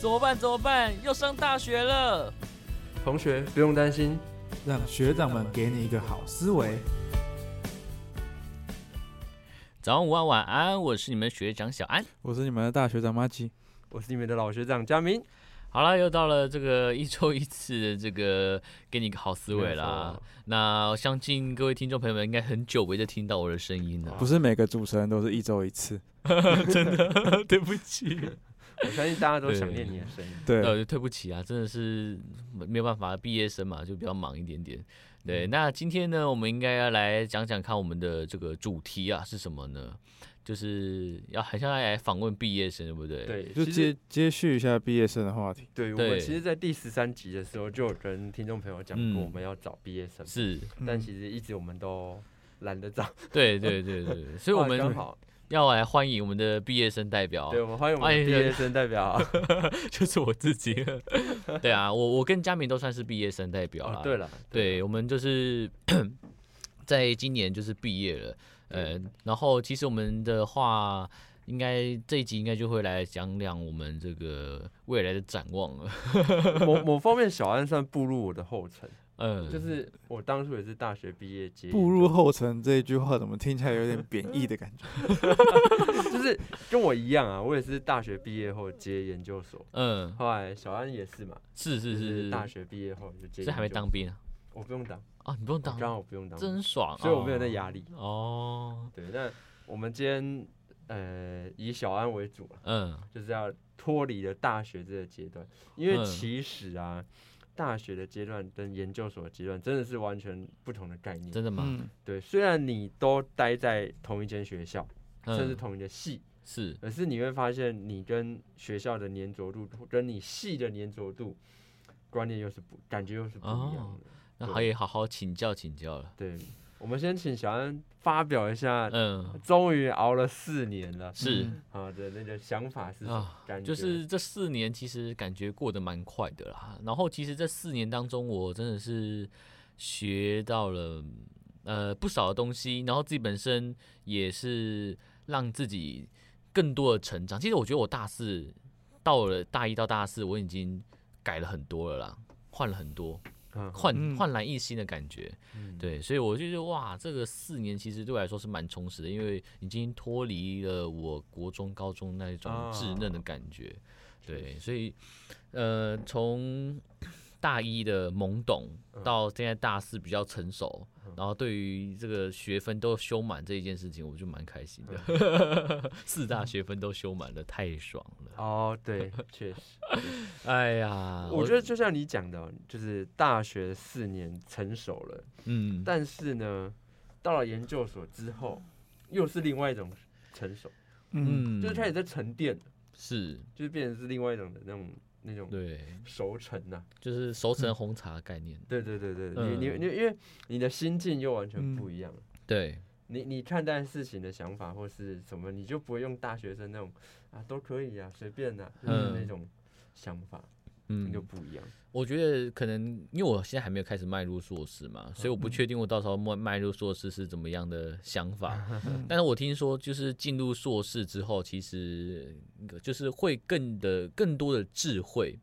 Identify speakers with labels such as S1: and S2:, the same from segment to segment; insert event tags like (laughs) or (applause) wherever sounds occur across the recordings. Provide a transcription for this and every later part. S1: 怎么办？怎么办？要上大学了！
S2: 同学不用担心，
S3: 让学长们给你一个好思维。
S1: 早上午安，晚安，我是你们学长小安。
S4: 我是你们的大学长马吉，
S2: 我是你们的老学长佳明。
S1: 好了，又到了这个一周一次的这个给你一个好思维啦。那我相信各位听众朋友们应该很久违的听到我的声音了，
S4: 不是每个主持人都是一周一次，
S1: 真的 (laughs) 对不起，
S2: 我相信大家都想念你的声音。
S4: 对，
S1: 呃，对不起啊，真的是没有办法，毕业生嘛就比较忙一点点。对，那今天呢，我们应该要来讲讲看我们的这个主题啊是什么呢？就是要很像来访问毕业生，对不对？。
S2: 对，
S4: 就
S2: 其实
S4: 接接续一下毕业生的话题。
S2: 对我
S1: 对
S2: 们其实，在第十三集的时候就有跟听众朋友讲过，
S1: 嗯
S2: 我们要找毕业生，
S1: 是，
S2: 但
S4: 嗯
S2: 其实一直我们都懒得找，
S1: 对对对对，对所以我
S2: 啊刚
S1: 们
S2: 好，啊
S1: 要来欢迎我们的毕业生代表，
S2: 对我们欢迎我们
S1: 哎
S2: 的毕业生代表。
S1: (laughs) 就是我自己。 (laughs) 对啊，我我跟佳明都算是毕业生代表啦。
S2: 哦，对了，
S1: 对，我们就是 (coughs) 在今年就是毕业了，呃，然后其实我们的话，应该这一集应该就会来讲讲我们这个未来的展望了。 (laughs)
S2: 某某方面，小安算步入我的后尘，
S1: 嗯，
S2: 就是我当初也是大学毕业接，
S4: 步入后尘这一句话怎么听起来有点贬义的感觉？
S2: 就是跟我一样啊，我也是大学毕业后接研究所，
S1: 嗯，
S2: 后来小安也是嘛，
S1: 是是
S2: 就是是大学毕业后就接，
S1: 这还没当，兵啊？
S2: 我不用当，
S1: 啊，你不用当
S2: 我，刚好不用当，
S1: 真哦爽，
S2: 所以我没有那
S1: 在
S2: 压力。
S1: 哦，
S2: 对，那我们今天呃以小安为主啊，
S1: 嗯，
S2: 就是要脱离了大学这个阶段，因为
S1: 嗯
S2: 其实啊，大学的阶段跟研究所的阶段真的是完全不同的概念。
S1: 真的吗？
S4: 嗯，
S2: 对，虽然你都待在同一间学校，
S1: 嗯
S2: 甚至同一个系，
S1: 是
S2: 可是你会发现你跟学校的粘着度，跟你系的粘着度，观念又是不，感觉又是不一样
S1: 哦
S2: 的。
S1: 那
S2: 对
S1: 还也好好请教请教了。
S2: 对，我们先请小安发表一下，
S1: 嗯，
S2: (laughs) 终于熬了四年了
S1: 是
S4: 嗯
S2: 啊的那个想法是什么？
S1: 啊，
S2: 感觉
S1: 就是这四年其实感觉过得蛮快的啦。然后其实这四年当中，我真的是学到了呃不少的东西，然后自己本身也是让自己更多的成长。其实我觉得我大四到了大一到大四，我已经改了很多了啦，换了很多，
S2: 嗯
S1: 焕
S4: 嗯
S1: 焕然一新的感觉。
S2: 嗯
S1: 对，所以我就觉得哇，这个四年其实对我来说是蛮充实的，因为已经脱离了我国中、高中那一种
S2: 啊
S1: 稚嫩的感觉。对，所以呃，从大一的懵懂
S2: 嗯
S1: 到现在大四比较成熟，然后对于这个学分都修满这一件事情，我就蛮开心的。
S2: 嗯
S1: (laughs) 四大学分都修满了，太爽了！
S2: 哦，
S1: (laughs)
S2: 对，确实，
S1: 哎呀，
S2: 嗯我觉得就像你讲的哦，就是大学四年成熟了，
S1: 嗯，
S2: 但是呢，到了研究所之后，又是另外一种成熟，
S4: 嗯，
S1: 嗯
S2: 就是开始在沉淀了，
S1: 是
S2: 就是变成是另外一种的那种那种
S1: 对，
S2: 熟成呐、
S1: 就是熟成红茶的概念，
S2: 对对对对，
S1: 嗯
S2: 你你你，因为你的心境又完全不一样了。
S1: 对。
S2: 你你看待事情的想法或是什么，你就不会用大学生那种啊都可以啊随便啊，就是那
S1: 嗯
S2: 种想法，
S1: 嗯，
S2: 就不一样。
S1: 我觉得可能因为我现在还没有开始迈入硕士嘛，所以我不确定我到时候迈迈入硕士是怎么样的想法。但是我听说，就是进入硕士之后，其实呃就是会更的更多的智慧，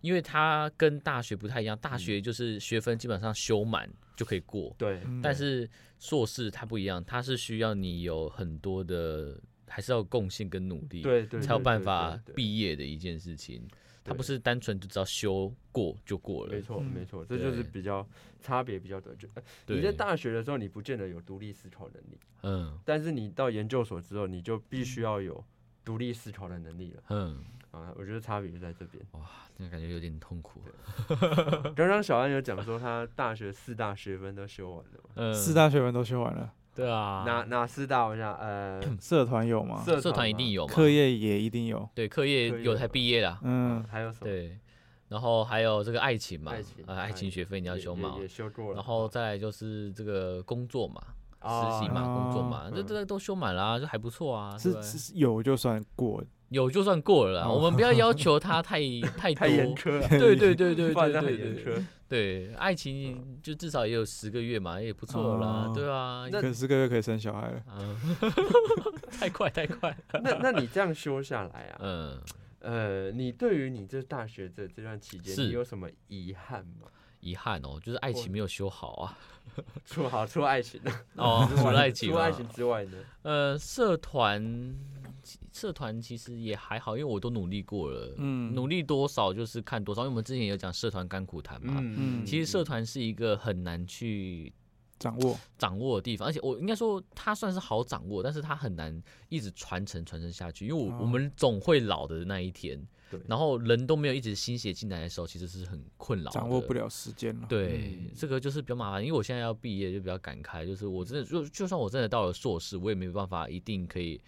S1: 因为它跟大学不太一样。大学就是学分基本上修满就可以过，
S2: 对，
S4: 嗯
S1: 但是硕士它不一样，它是需要你有很多的，还是要有贡献跟努力。
S2: 对对，
S1: 才有
S2: 对
S1: 办
S2: 对
S1: 法
S2: 对对
S1: 毕业的一件事情。它
S2: 对
S1: 不是单纯就只要修过就过了
S2: 没。错，
S4: 嗯
S2: 没错，这就是
S1: 对
S2: 比较差别比较多。就呃
S1: 对
S2: 你在大学的时候，你不见得有独立思考能力，
S1: 嗯
S2: 但是你到研究所之后，你就必须要有独立思考的能力了 (laughs)
S1: 嗯，
S2: 啊！我觉得差别就在这
S1: (laughs)
S2: 边。
S1: 那感觉有点痛苦。
S2: 刚刚小安有讲说，他大学四大学分都修完了嘛？
S1: 嗯，
S4: 四大学分都修完了，
S1: 对啊，
S2: 哪哪四大？我想，
S1: (coughs)
S2: 呃，
S4: 社团有吗？
S2: 社
S1: 嗯社团一
S2: 嘛
S1: 定，有嘛？
S4: 课业也一定有。
S1: 对课业
S2: 课业
S1: 有
S2: 有
S1: 才毕业啦。
S4: 嗯，
S2: 还有什么？
S1: 对，然后还有这个爱情嘛
S2: 爱情，
S1: 呃，爱情学费
S2: 也，
S1: 你要修嘛
S2: 也。也修过了。
S1: 然后再来就是这个工作嘛，实习
S2: 啊
S1: 嘛，
S4: 哦
S1: 工作嘛，这
S2: 嗯
S1: 这个都修满啦，就还不错啊。对
S4: 是
S1: 不对
S4: 是有就算过，
S1: 有就算过了啦，
S4: 哦
S1: 我们
S2: (laughs)
S1: 不要要求他太太
S2: 太严
S1: 多。
S2: 苛了，
S1: 对对
S2: (laughs)
S1: 对对
S2: 不然
S1: 对
S2: 这样
S1: 对对
S2: 很严。苛。
S1: 对，爱情就至少也有十个月嘛，也不错啦，
S4: 哦
S1: 对啊。
S2: 那
S4: 可是个月可以生小孩了。
S1: (laughs) 嗯，太快太快，
S2: 那那你这样修下来啊，
S1: (laughs) 嗯，
S2: 呃，你对于你这大学这这段期间，
S1: 是
S2: 你有什么遗憾吗？
S1: 遗憾哦，就是爱情没有修好啊。
S2: 除好除爱情，
S1: 哦，除了爱情
S2: 除
S1: 嘛，
S2: 爱情之外呢？
S1: 呃，社团，社团其实也还好，因为我都努力过了，
S4: 嗯
S1: 努力多少就是看多少。因为我们之前有讲社团甘苦谈嘛，
S4: 嗯
S1: 其实社团是一个很难去
S4: 掌握，
S1: 掌握的地方，而且我应该说它算是好掌握，但是它很难一直传承传承下去，因为我、
S4: 哦
S1: 我们总会老的那一天
S2: 对，
S1: 然后人都没有一直新血进来的时候，其实是很困扰的，
S4: 掌握不了时间了。，
S1: 对，
S2: 嗯
S1: 这个就是比较麻烦，因为我现在要毕业，就比较感慨，就是我真的就就算我真的到了硕士，我也没办法一定可以，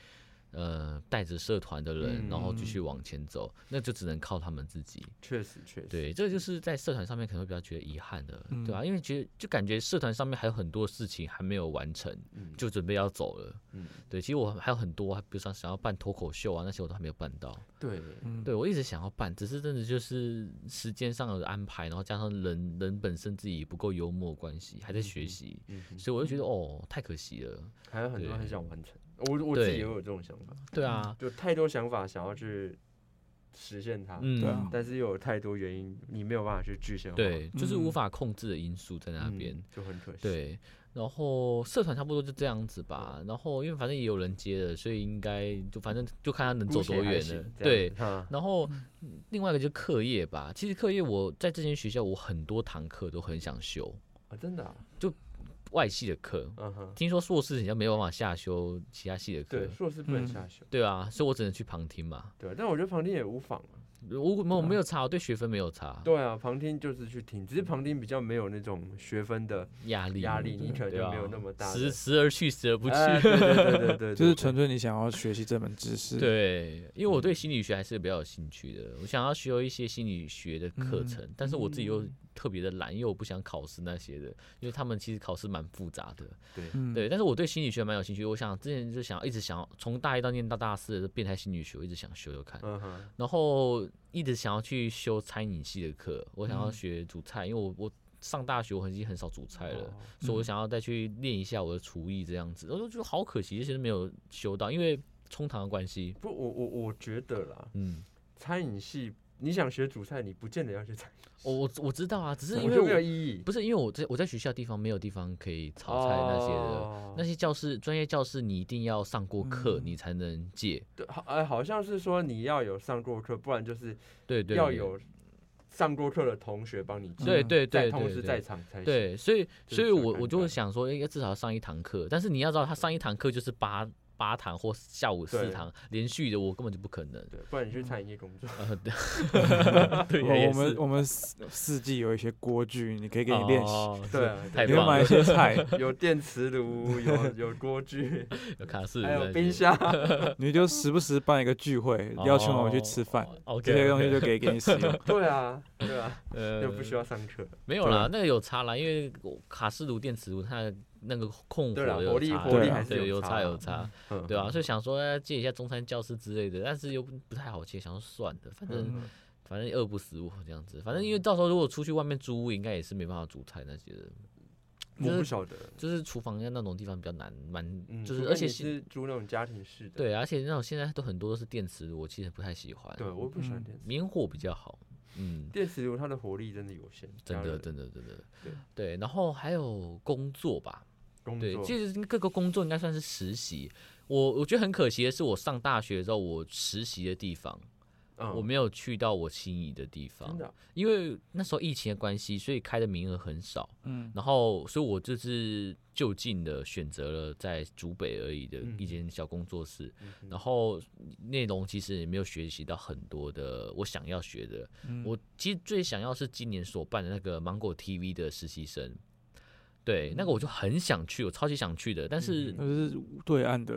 S1: 呃，带着社团的人，然
S4: 嗯
S1: 后继续往前走，那就只能靠他们自己。
S2: 确实确实，
S1: 对，这个就是在社团上面可能会比较觉得遗憾的，
S4: 嗯
S1: 对吧、啊因为觉得就感觉社团上面还有很多事情还没有完成，
S2: 嗯
S1: 就准备要走了。
S2: 嗯
S1: 对，其实我还有很多，比如说想要办脱口秀啊那些，我都还没有办到。
S2: 对，
S4: 嗯，
S1: 对，我一直想要办，只是真的就是时间上的安排，然后加上人人本身自己不够幽默的关系，还在学习，
S2: 嗯哼，
S1: 所以我就觉得哦，太可惜了。
S2: 还有很多
S1: 对
S2: 很想完成，我我自己
S1: 对
S2: 也有这种想法，
S1: 对啊，
S2: 就太多想法想要去实现它，
S1: 嗯，
S4: 对啊
S2: 但是又有太多原因你没有办法去具象化，
S1: 对，就是无
S4: 嗯
S1: 法控制的因素在那
S2: 嗯，
S1: 边。
S2: 就很可惜，，
S1: 对，然后社团差不多就这样子吧。然后因为反正也有人接了，所以应该就反正就看他能走多远了。对，，
S2: 啊，
S1: 然后嗯另外一个就是课业吧。其实课业我在这间学校，我很多堂课都很想修
S2: 啊真的啊，
S1: 外系的课。
S2: 嗯哼，
S1: 听说硕士好像没有办法下修其他系的课
S2: 对，，硕士不能
S4: 嗯
S2: 下修，
S1: 对啊，所以我只能去旁听嘛。
S2: 对，但我觉得旁听也无妨啊，
S1: 我我我没有差，我对学分没有差，
S2: 对啊，旁听就是去听，只是旁听比较没有那种学分的
S1: 压力
S2: 压力，你可能
S1: 对
S2: 就
S1: 啊
S2: 没有那么大的，
S1: 时时而去，时而不去。
S2: 哎对对对对
S1: (laughs)
S2: 对对，
S4: 就
S2: 对
S4: 是纯粹你想要学习这门知识。，
S1: 对，因为我
S2: 嗯
S1: 对心理学还是比较有兴趣的，我想要修一些心理学的课程，但是我自己又特别的懒，因为我不想考试那些的，因为他们其实考试蛮复杂的。
S4: 嗯，
S1: 对，但是我对心理学蛮有兴趣，我想之前就想要一直想要从大一到念到大四的变态心理学，我一直想修修看，
S2: 嗯哼，
S1: 然后一直想要去修餐饮系的课，我想
S2: 嗯
S1: 要学煮菜，因为我我。上大学我已经很少煮菜了，
S2: 哦
S1: 所以我想要再去练一下我的厨艺，这样子，我就觉得好可惜，这些都没有修到，因为冲堂的关系。
S2: 不，我我我觉得啦，
S1: 嗯，
S2: 餐饮系你想学主菜，你不见得要去餐饮，
S1: 我我我知道啊，只 (laughs) 是因
S2: 我
S1: 为
S2: 就没有
S1: 我
S2: 意义。
S1: 不是因为我在我在学校地方没有地方可以炒菜那些的，
S2: 哦
S1: 那些教室专业教室你一定要上过课
S4: 嗯
S1: 你才能借，
S2: 对，好，哎，好像是说你要有上过课，不然就是
S1: 对对
S2: 要有上过课的同学帮你记，
S1: 对对
S2: 嗯在
S1: 对
S2: 同
S1: 对
S2: 时
S1: 对
S2: 在场才行。
S1: 对，所以
S2: 就是
S1: 所以
S2: 这个
S1: 我
S2: 尴
S1: 我就会
S2: 尬
S1: 想说，应该至少要上一堂课，但是你要知道，他上一堂课就是八八堂或下午四
S2: 对
S1: 堂连续的，我根本就不可
S2: (laughs)
S1: 能。
S2: 对，不然你去餐饮业工作， (laughs)
S1: 呃，对对
S4: 我
S1: 也
S4: 我们
S1: 是
S4: 我们四四季有一些锅具，你可以给你练习，
S1: 哦
S2: 对
S1: 是
S2: (laughs) 啊，
S1: 太
S2: 对
S4: 你会
S1: 棒
S4: 买一
S1: 了，
S4: 些菜，
S2: 有电磁炉，
S1: (laughs)
S2: 有有锅具，
S1: 有卡式
S2: (laughs) 还有
S1: 在
S2: 冰
S1: 这
S2: 箱。
S4: 你就时不时办一个聚会，
S1: 哦
S4: 邀请我们去吃饭，
S1: ，OK，
S4: 这些东西
S1: OK，
S4: 就可以给你使
S1: (laughs)
S4: 用。
S2: 对啊，对啊，
S1: 呃
S2: 就不需要上课。
S1: 没有啦，那个有差啦，因为卡式炉、电磁炉它的那个控火
S2: 对啦
S1: 有
S2: 火力
S1: 差，
S2: 火
S4: 力
S1: 对
S4: 还
S2: 是
S1: 对
S2: 有
S1: 有
S2: 差
S1: 差
S2: 啦
S1: 有差，
S2: 嗯，
S1: 对啊，所以想说要借一下中餐教室之类的，但是又不不太好借，想说算了，反正、
S4: 嗯
S1: 反正饿不死我这样子，反正因为
S2: 嗯
S1: 到时候如果出去外面租屋，应该也是没办法煮菜那些的，
S2: 我不晓得，
S1: 就是厨房那种地方比较难，蛮
S2: 嗯，
S1: 就是
S2: 除非
S1: 而且
S2: 你
S1: 现
S2: 是租那种家庭式的。
S1: 对，而且那种现在都很多都是电磁炉，我其实不太喜欢，
S2: 对，我不喜欢
S4: 嗯
S2: 电磁炉。
S1: 明火比较好，嗯。
S2: 电磁炉它的火力真的有限，
S1: 真
S2: 加
S1: 的，
S2: 热
S1: 真的，真的，对，然后还有工作吧，
S2: 工
S1: 对，
S2: 作
S1: 其实各个工作应该算是实习。我我觉得很可惜的是，我上大学的时候，我实习的地方、
S2: 嗯
S1: 我没有去到我心仪的地
S2: 真
S1: 方，
S2: 的啊
S1: 因为那时候疫情的关系，所以开的名额很少。
S4: 嗯，
S1: 然后，所以我就是就近的选择了在竹北而已的
S2: 嗯
S1: 一间小工作室。
S2: 嗯哼
S1: 然后内容其实也没有学习到很多的我想要学的。
S4: 嗯
S1: 我其实最想要是今年所办的那个芒果 TV 的实习生，对，那个我就很想去，我超级想去的。但是，
S4: 那就是对岸的，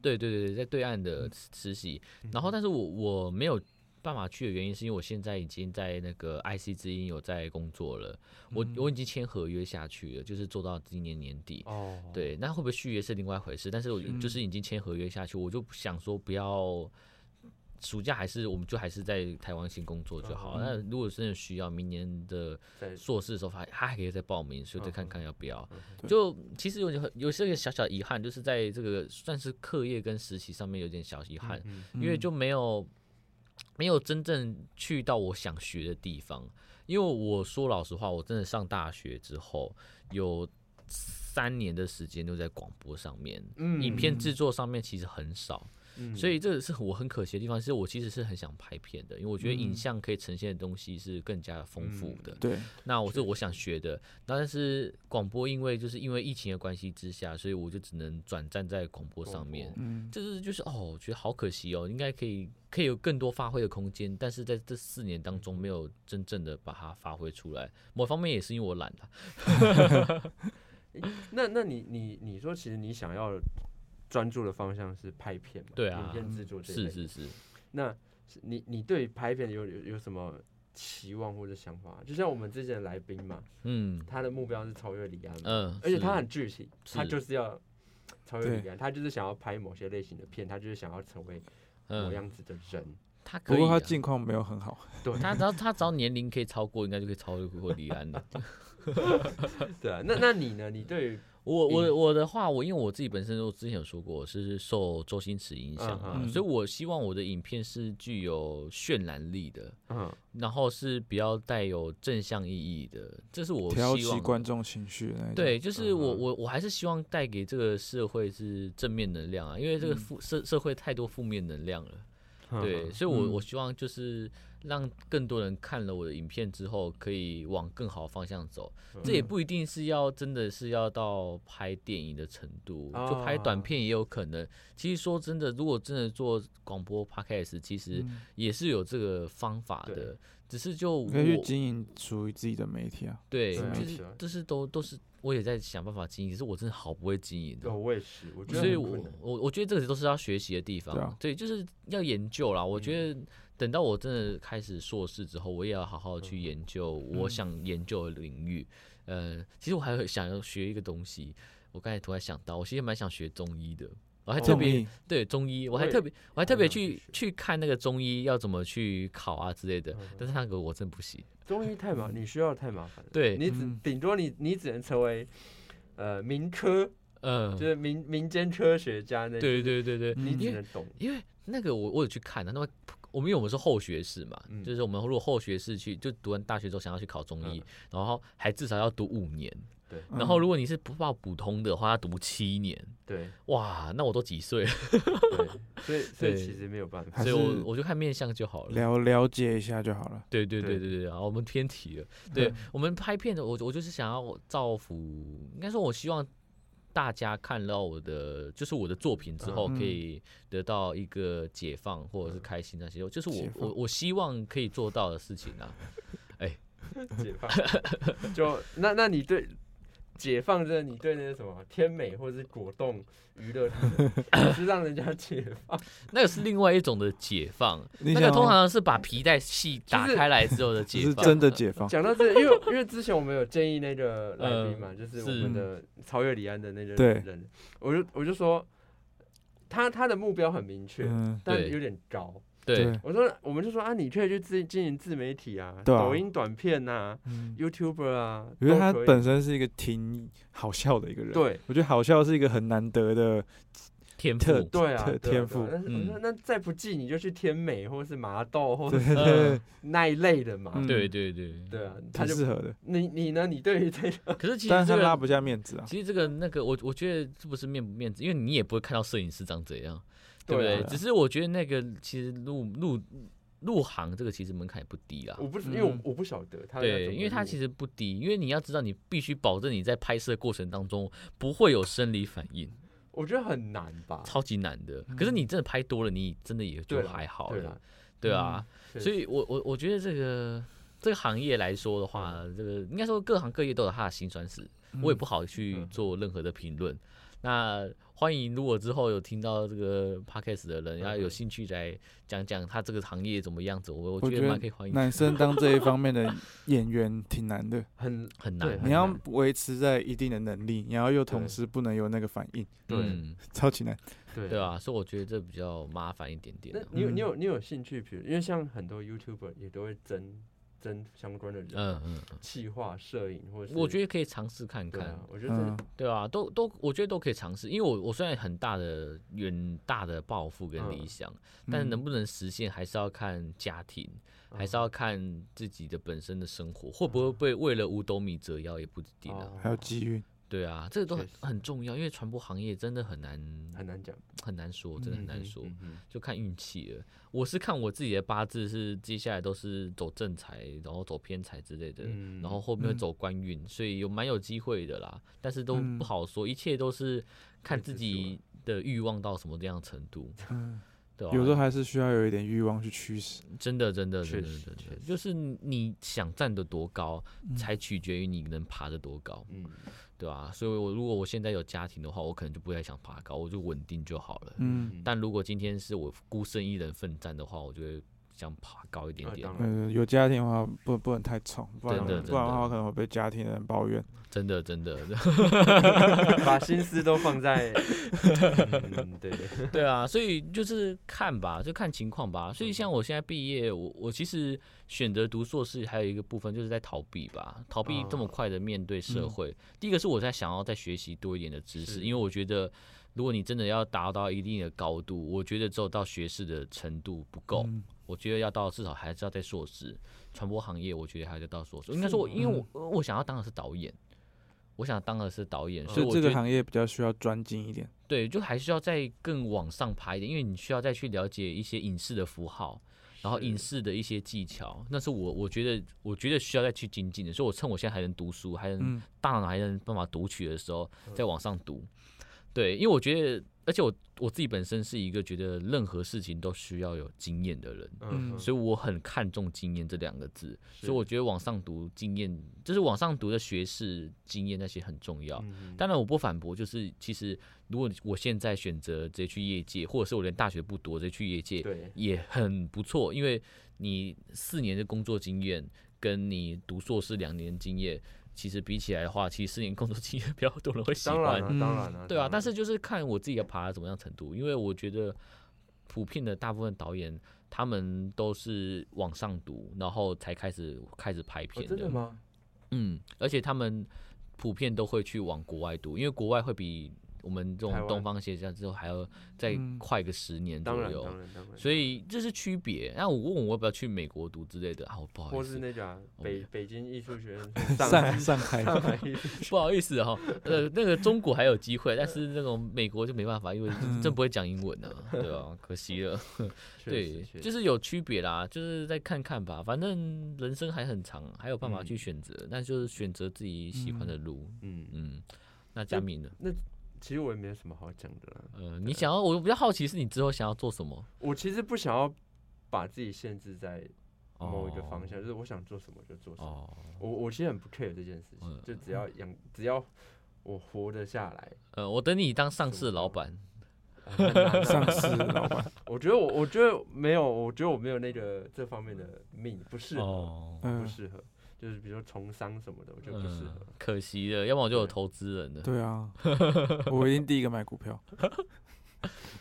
S1: 对对对对，在对岸的实习，然后但是我我没有。办法去的原因是因为我现在已经在那个 IC 之音有在工作了，我我已经签合约下去了，就是做到今年年底。
S2: 哦，
S1: 对，那会不会续约是另外一回事，但是我就是已经签合约下去，我就不想说不要。暑假还是我们就还是在台湾先工作就好。
S4: 嗯
S1: 那如果真的需要，明年的
S2: 在
S1: 硕士的时候还他还可以再报名，所以再看看要不要。
S4: 对
S1: 就其实有点有些个小小遗憾，就是在这个算是课业跟实习上面有点小遗憾，
S2: 嗯
S1: 因为就没有没有真正去到我想学的地方。因为我说老实话，我真的上大学之后有三年的时间都在广播上面，
S2: 嗯
S1: 影片制作上面其实很少，
S2: 嗯
S1: 所以这也是我很可惜的地方。是我其实是很想拍片的，因为我觉得影像可以呈现的东西是更加丰富的。
S4: 嗯对，
S1: 那我是我想学的，那但是广播因为就是因为疫情的关系之下，所以我就只能转战在广播上面
S2: 广。
S4: 嗯，
S1: 这就是就是哦，我觉得好可惜哦，应该可以可以有更多发挥的空间，但是在这四年当中没有真正的把它发挥出来。某方面也是因为我懒啊了。
S2: 那那你你你说，其实你想要专注的方向是拍片嘛？
S1: 对啊
S2: 影片制作这一类
S1: 是
S2: 的。
S1: 是是，
S2: 那是你你对拍片有有有什么期望或者想法？就像我们之前的来宾嘛，
S1: 嗯
S2: 他的目标是超越李安嘛，
S1: 嗯，
S2: 而且他
S1: 是
S2: 很具体，
S1: 是
S2: 他就是要超越
S4: 对
S2: 李安，他就是想要拍某些类型的片，他就是想要成为某
S1: 嗯，
S2: 样子的人。
S1: 他可
S4: 不
S1: 以、
S4: 过他
S1: 啊。
S4: 近况没有很好，
S1: 他只要他只要年龄可以超过，应该就可以超越过李安
S2: (laughs)
S1: 了。
S2: 对啊，那那你呢？你对于
S1: 我我
S2: 嗯
S1: 我的话，我因为我自己本身我之前有说过，我是受周星驰影响啊，
S4: 嗯嗯
S1: 所以我希望我的影片是具有渲染力的，
S2: 嗯
S1: 然后是比较带有正向意义的，这是我
S4: 挑
S1: 希
S4: 起
S1: 望
S4: 观
S1: 的。
S4: 众情绪的那一种。
S1: 对，就是我
S2: 嗯
S1: 我我还是希望带给这个社会是正面能量啊，因为这个
S4: 嗯
S1: 负社社会太多负面能量了，
S2: 嗯
S1: 对，所以我
S4: 嗯
S1: 我希望就是让更多人看了我的影片之后，可以往更好的方向走。这也
S4: 嗯
S1: 不一定是要真的是要到拍电影的程度，就拍短
S4: 哦
S2: 啊
S1: 片也有可能。其实说真的，如果真的做广播 podcast，其实
S4: 嗯
S1: 也是有这个方法
S2: 对
S1: 的，只是就我
S4: 你可以去经营属于自己的媒体啊。
S1: 对，
S2: 自
S1: 就
S2: 媒
S1: 是
S2: 体啊
S1: 就是都都是我也在想办法经营，只是我真的好不会经营
S2: 哦，
S1: 的。
S2: 我也是，我觉得
S1: 所以
S2: 很
S1: 我
S2: 困难
S1: 我我觉得这个都是要学习的地方，
S4: 对啊
S1: 对，就是要研究啦。我觉
S2: 嗯
S1: 得等到我真的开始硕士之后，我也要好好去
S2: 嗯
S1: 研究我想研究的领域。呃，其实我还有想要学一个东西，我刚才突然想到，我其实蛮想学中医的，我还特
S4: 综
S1: 别、
S4: 艺
S1: 对中医，我还
S2: 我也
S1: 特别我还特
S2: 很
S1: 别
S2: 想去
S1: 去
S2: 学嗯
S1: 去看那个中医要怎么去考啊之类的，但是那个我真不行。
S2: 中医太麻，你需要太麻烦了。
S1: 对
S2: 你只
S4: 嗯
S2: 顶多你你只能成为呃民科，
S1: 嗯、
S2: 就是民民间科学家那，
S1: 对嗯对对对，
S2: 你
S1: 因
S2: 只
S1: 为
S2: 能懂。
S1: 因为那个我我有去看啊的、那么我们因为我们是后学士嘛，
S2: 嗯
S1: 就是我们如果后学士去就读完大学之后想要去考中医，
S2: 嗯
S1: 然后还至少要读五年，
S2: 对
S4: 嗯
S1: 然后如果你是不报普通的话，要读七年，
S2: 对
S1: 哇，那我都几岁了，
S2: 对， (laughs) 所
S4: (laughs)
S2: 以所以
S1: 对
S2: 其实没有办法
S4: 还。
S1: 所以
S4: 是
S1: 我我就看面相就好了。
S4: 了了解一下就好了。
S1: 对对对
S2: 对
S1: 对对，然后我们偏题了。
S4: (laughs)
S1: 对我们拍片的，我我就是想要造福，应该说我希望大家看到我的，就是我的作品之后，
S4: 嗯
S1: 可以得到一个解放或者是开心那些，就是我
S4: 解放
S1: 我我希望可以做到的事情啊。
S2: 解放，就那那你对解放这你对那些什么天美或者是果冻娱乐他们，
S4: (laughs)
S2: 也是让人家解放。
S1: 那个是另外一种的解放，
S4: 你
S1: 那
S4: 想
S1: 个
S4: 要
S1: 通常是把皮带系打
S2: 就是
S1: 开来之后的
S4: 只
S1: 解
S4: 是
S1: 放，
S4: 真的解放，
S2: 讲到这个因为因为之前我们有建议那个来宾嘛，就是我
S1: 是
S2: 们的超越李安的那个
S4: 嗯对
S2: 人，我就我就说他他的目标很明确，
S4: 嗯，
S2: 但
S1: 对
S2: 有点高。
S1: 对，
S2: 我说我们就说啊，你可以去自经营自媒体啊，
S4: 对啊
S2: 抖音短片呐、
S4: 嗯
S2: y o u t u b e r 啊，
S4: 我觉得他
S2: 都可以
S4: 本身是一个挺好笑的一个人。，
S2: 对
S4: 我觉得好笑是一个很难得的，
S1: 天
S4: 特
S1: 赋。
S2: 对啊对
S4: 特
S2: 啊
S4: 天
S2: 对啊
S4: 赋
S2: 但是我
S1: 嗯
S2: 说那再不济你就去天美或是麻豆或
S4: 对
S2: 是
S4: 对对，
S2: 那一类的嘛。
S4: 嗯
S1: 嗯啊对对对，
S2: 对啊，他
S4: 挺
S2: 就
S4: 适合的。
S2: 你你呢？你对于这个
S1: 可是其实
S4: 但是
S1: 这
S4: 他拉
S1: 个，
S4: 不下面子啊，
S1: 其实这个那个，我我觉得这不是面不面子，因为你也不会看到摄影师长怎样。对不
S2: 对
S1: 对？
S2: 啊
S1: 只是我觉得那个其实入入入行这个其实门槛也不低啦
S2: 我。不是因为我
S4: 嗯
S2: 我不晓得他
S1: 对，因为它
S2: 他
S1: 其实不低，因为你要知道，你必须保证你在拍摄过程当中不会有生理反应，
S2: 我觉得很难吧。
S1: 超级难的。可是你真的拍多了，你真的也就
S2: 对啦
S1: 还好
S2: 嗯对
S1: 了
S2: 啦，，
S1: 对啊。
S2: 嗯
S1: 所以我我我觉得这个这个行业来说的话，
S2: 嗯
S1: 这个应该说各行各业都有它的辛酸史，我也不好去
S2: 嗯
S1: 做任何的评论。那欢迎，如果之后有听到这个 podcast 的人，
S2: 嗯
S1: 要有兴趣来讲讲他这个行业怎么样子，我我
S4: 我
S1: 觉
S4: 觉
S1: 得
S4: 得
S1: 蛮可以欢迎。
S4: 男生当这一方面的演员挺难的，
S2: 很
S1: (laughs) 很
S2: 对
S1: 难，
S4: 你要维持在一定的能力，然后又同
S2: 对
S4: 时不能有那个反应，
S2: 对
S1: 嗯，
S4: 超级难。
S2: 对
S1: 对。啊，所以我觉得这比较麻烦一点点
S2: 那
S1: 啊。
S2: 你有你
S4: 嗯
S2: 有你有兴趣，比如因为像很多 YouTuber 也都会争征相关的人，
S1: 嗯嗯，
S2: 企划、摄影或者
S1: 我觉得
S2: 得
S1: 可以尝试看
S2: 对
S1: 看，
S2: 啊，我觉得真
S4: 嗯
S2: 的，
S1: 对啊，都都，我觉得都可以尝试，因为我我虽然很大的远大的抱负跟
S2: 嗯
S1: 理想，但是能不能实现还是要看家庭，
S2: 啊
S1: 还是要
S2: 嗯
S1: 看自己的本身的生活，会不会被为了五斗米折腰也不一定啊。
S2: 哦
S4: 嗯还有机
S1: (laughs)
S4: 运，
S1: 对啊，这个都很
S2: 确实
S1: 很重要，因为传播行业真的很难
S2: 很难讲，
S1: 很难说，真的很
S2: 嗯
S1: 难
S2: 哼
S1: 说，
S2: 嗯哼
S1: 就看运气了。我是看我自己的八字是接下来都是走正财，然后走偏财之类的，
S2: 嗯
S1: 然后后面会
S4: 嗯
S1: 走官运，所以有蛮有机会的啦。但是都
S4: 嗯
S1: 不好说，一切都是看
S2: 未知
S1: 自己
S2: 啊
S1: 的欲望到什么这样程
S2: (laughs)
S1: 度，
S4: 嗯，
S1: 对啊吧、
S4: 有时候还是需要有一点欲望去驱使，
S1: 真的真的真
S2: 确
S1: 的
S2: 实
S1: 真
S2: 确
S1: 的，
S2: 实
S1: 就是你想站得多高，才取决于你能爬得多高，
S2: 嗯，
S1: 对吧、所以我如果我现在有家庭的话，我可能就不太想爬高，我就稳定就好了。
S4: 嗯，
S1: 但如果今天是我孤身一人奋战的话，我就会想爬高一点
S2: 啊
S1: 点。
S2: 当然
S4: 嗯，有家庭的话不不能太宠，不然
S2: 真的
S4: 不然的话
S1: 真的嗯
S4: 可能会被家庭的人抱怨。
S1: 真的，真的，
S2: (laughs) 把心思都放在，嗯对对，
S1: 对啊，所以就是看吧，就看情况吧。所以像我现在毕业，我我其实选择读硕士还有一个部分就是在逃避吧，逃避这么快的面对社会。第一个是我在想要再学习多一点的知识，
S2: 是
S1: 因为我觉得如果你真的要达到一定的高度，我觉得只有到学士的程度不够，
S4: 嗯
S1: 我觉得要到至少还是要在硕士。传播行业我觉得还是要到硕士，应该说我因为我、我想要当的是导演。我想当的是导演，所以
S4: 就
S1: 我
S4: 这
S1: 觉
S4: 个
S1: 得
S4: 行业比较需要专精一点。
S1: 对，就还是要再更往上爬一点，因为你需要再去了解一些影视的符号，然后影
S2: 是
S1: 视的一些技巧，那是我我觉得我觉得需要再去精进的，所以我趁我现在还能读书，还能、
S4: 嗯
S1: 大脑还能办法读取的时候，
S2: 嗯
S1: 再往上读。对，因为我觉得，而且我我自己本身是一个觉得任何事情都需要有经验的人，
S2: 嗯，
S1: 所以我很看重经验这两个字，所以我觉得往上读经验，就是往上读的学士经验那些很重要。
S2: 嗯
S1: 当然我不反驳，就是其实如果我现在选择直接去业界，或者是我连大学不读，我直接去业界
S2: 对，
S1: 也很不错，因为你四年的工作经验跟你读硕士两年的经验，其实比起来的话，其实四年工作经验比 (laughs) 较多人会喜
S2: 当然啊
S1: 欢，
S4: 嗯
S2: 当然啊，
S1: 对啊。
S2: 当
S1: 但
S2: 然
S1: 是就是看我自己要爬到怎么样程度，因为我觉得普遍的大部分导演他们都是往上读，然后才开始开始拍
S2: 哦
S1: 片
S2: 真的吗？
S1: 嗯，而且他们普遍都会去往国外读，因为国外会比我们这
S2: 台
S1: 种
S2: 湾
S1: 东方写下之后还要再
S4: 嗯
S1: 快个十年左
S2: 当然
S1: 右，
S2: 当然当然，
S1: 所以这是区别。那我问我要不要去美国读之类的啊，我不好
S2: 或
S1: 意
S2: 是
S1: (laughs) 思，哦
S2: 那个啊
S1: 我
S2: 北
S1: 们
S2: 北京艺术学院
S4: 上
S2: 海
S4: 上海，
S2: 上海艺术
S1: 不好意思哈、呃，那个中国还有机会，但是那种美国就没办法，因
S2: (laughs)
S1: 为
S4: 嗯
S1: 真不会讲英文啊，对啊，可惜了。 (laughs) 对，就是有区别啦，就是再看看吧，反正人生还很长，还有办法
S2: 嗯
S1: 去选择，那就是选择自己喜欢的路。
S2: 嗯，
S1: 嗯，那佳敏呢？
S2: 其实我也没有什么好讲的啦，
S1: 呃，你想要，我比较好奇是你之后想要做什么？
S2: 我其实不想要把自己限制在某一个方向，就是我想做什么就做什么，
S1: 哦，
S2: 我我其实很不 care 这件事
S1: 嗯
S2: 情，就只要养只要我活得下来，
S1: 呃，我等你当上市的老板，
S2: 啊很难啊
S4: 上市
S1: (laughs)
S4: 老板，
S2: 我觉得我，我觉得没有，我觉得我没有那个这方面的命，不适合，
S1: 哦，
S2: 不
S4: 嗯，
S2: 适合。就是比如说从商什么的，我觉得不适合。
S1: 嗯可惜了，要不然我就有投资人了。
S4: 对
S1: (laughs)
S4: 啊，我一定第一个买股票，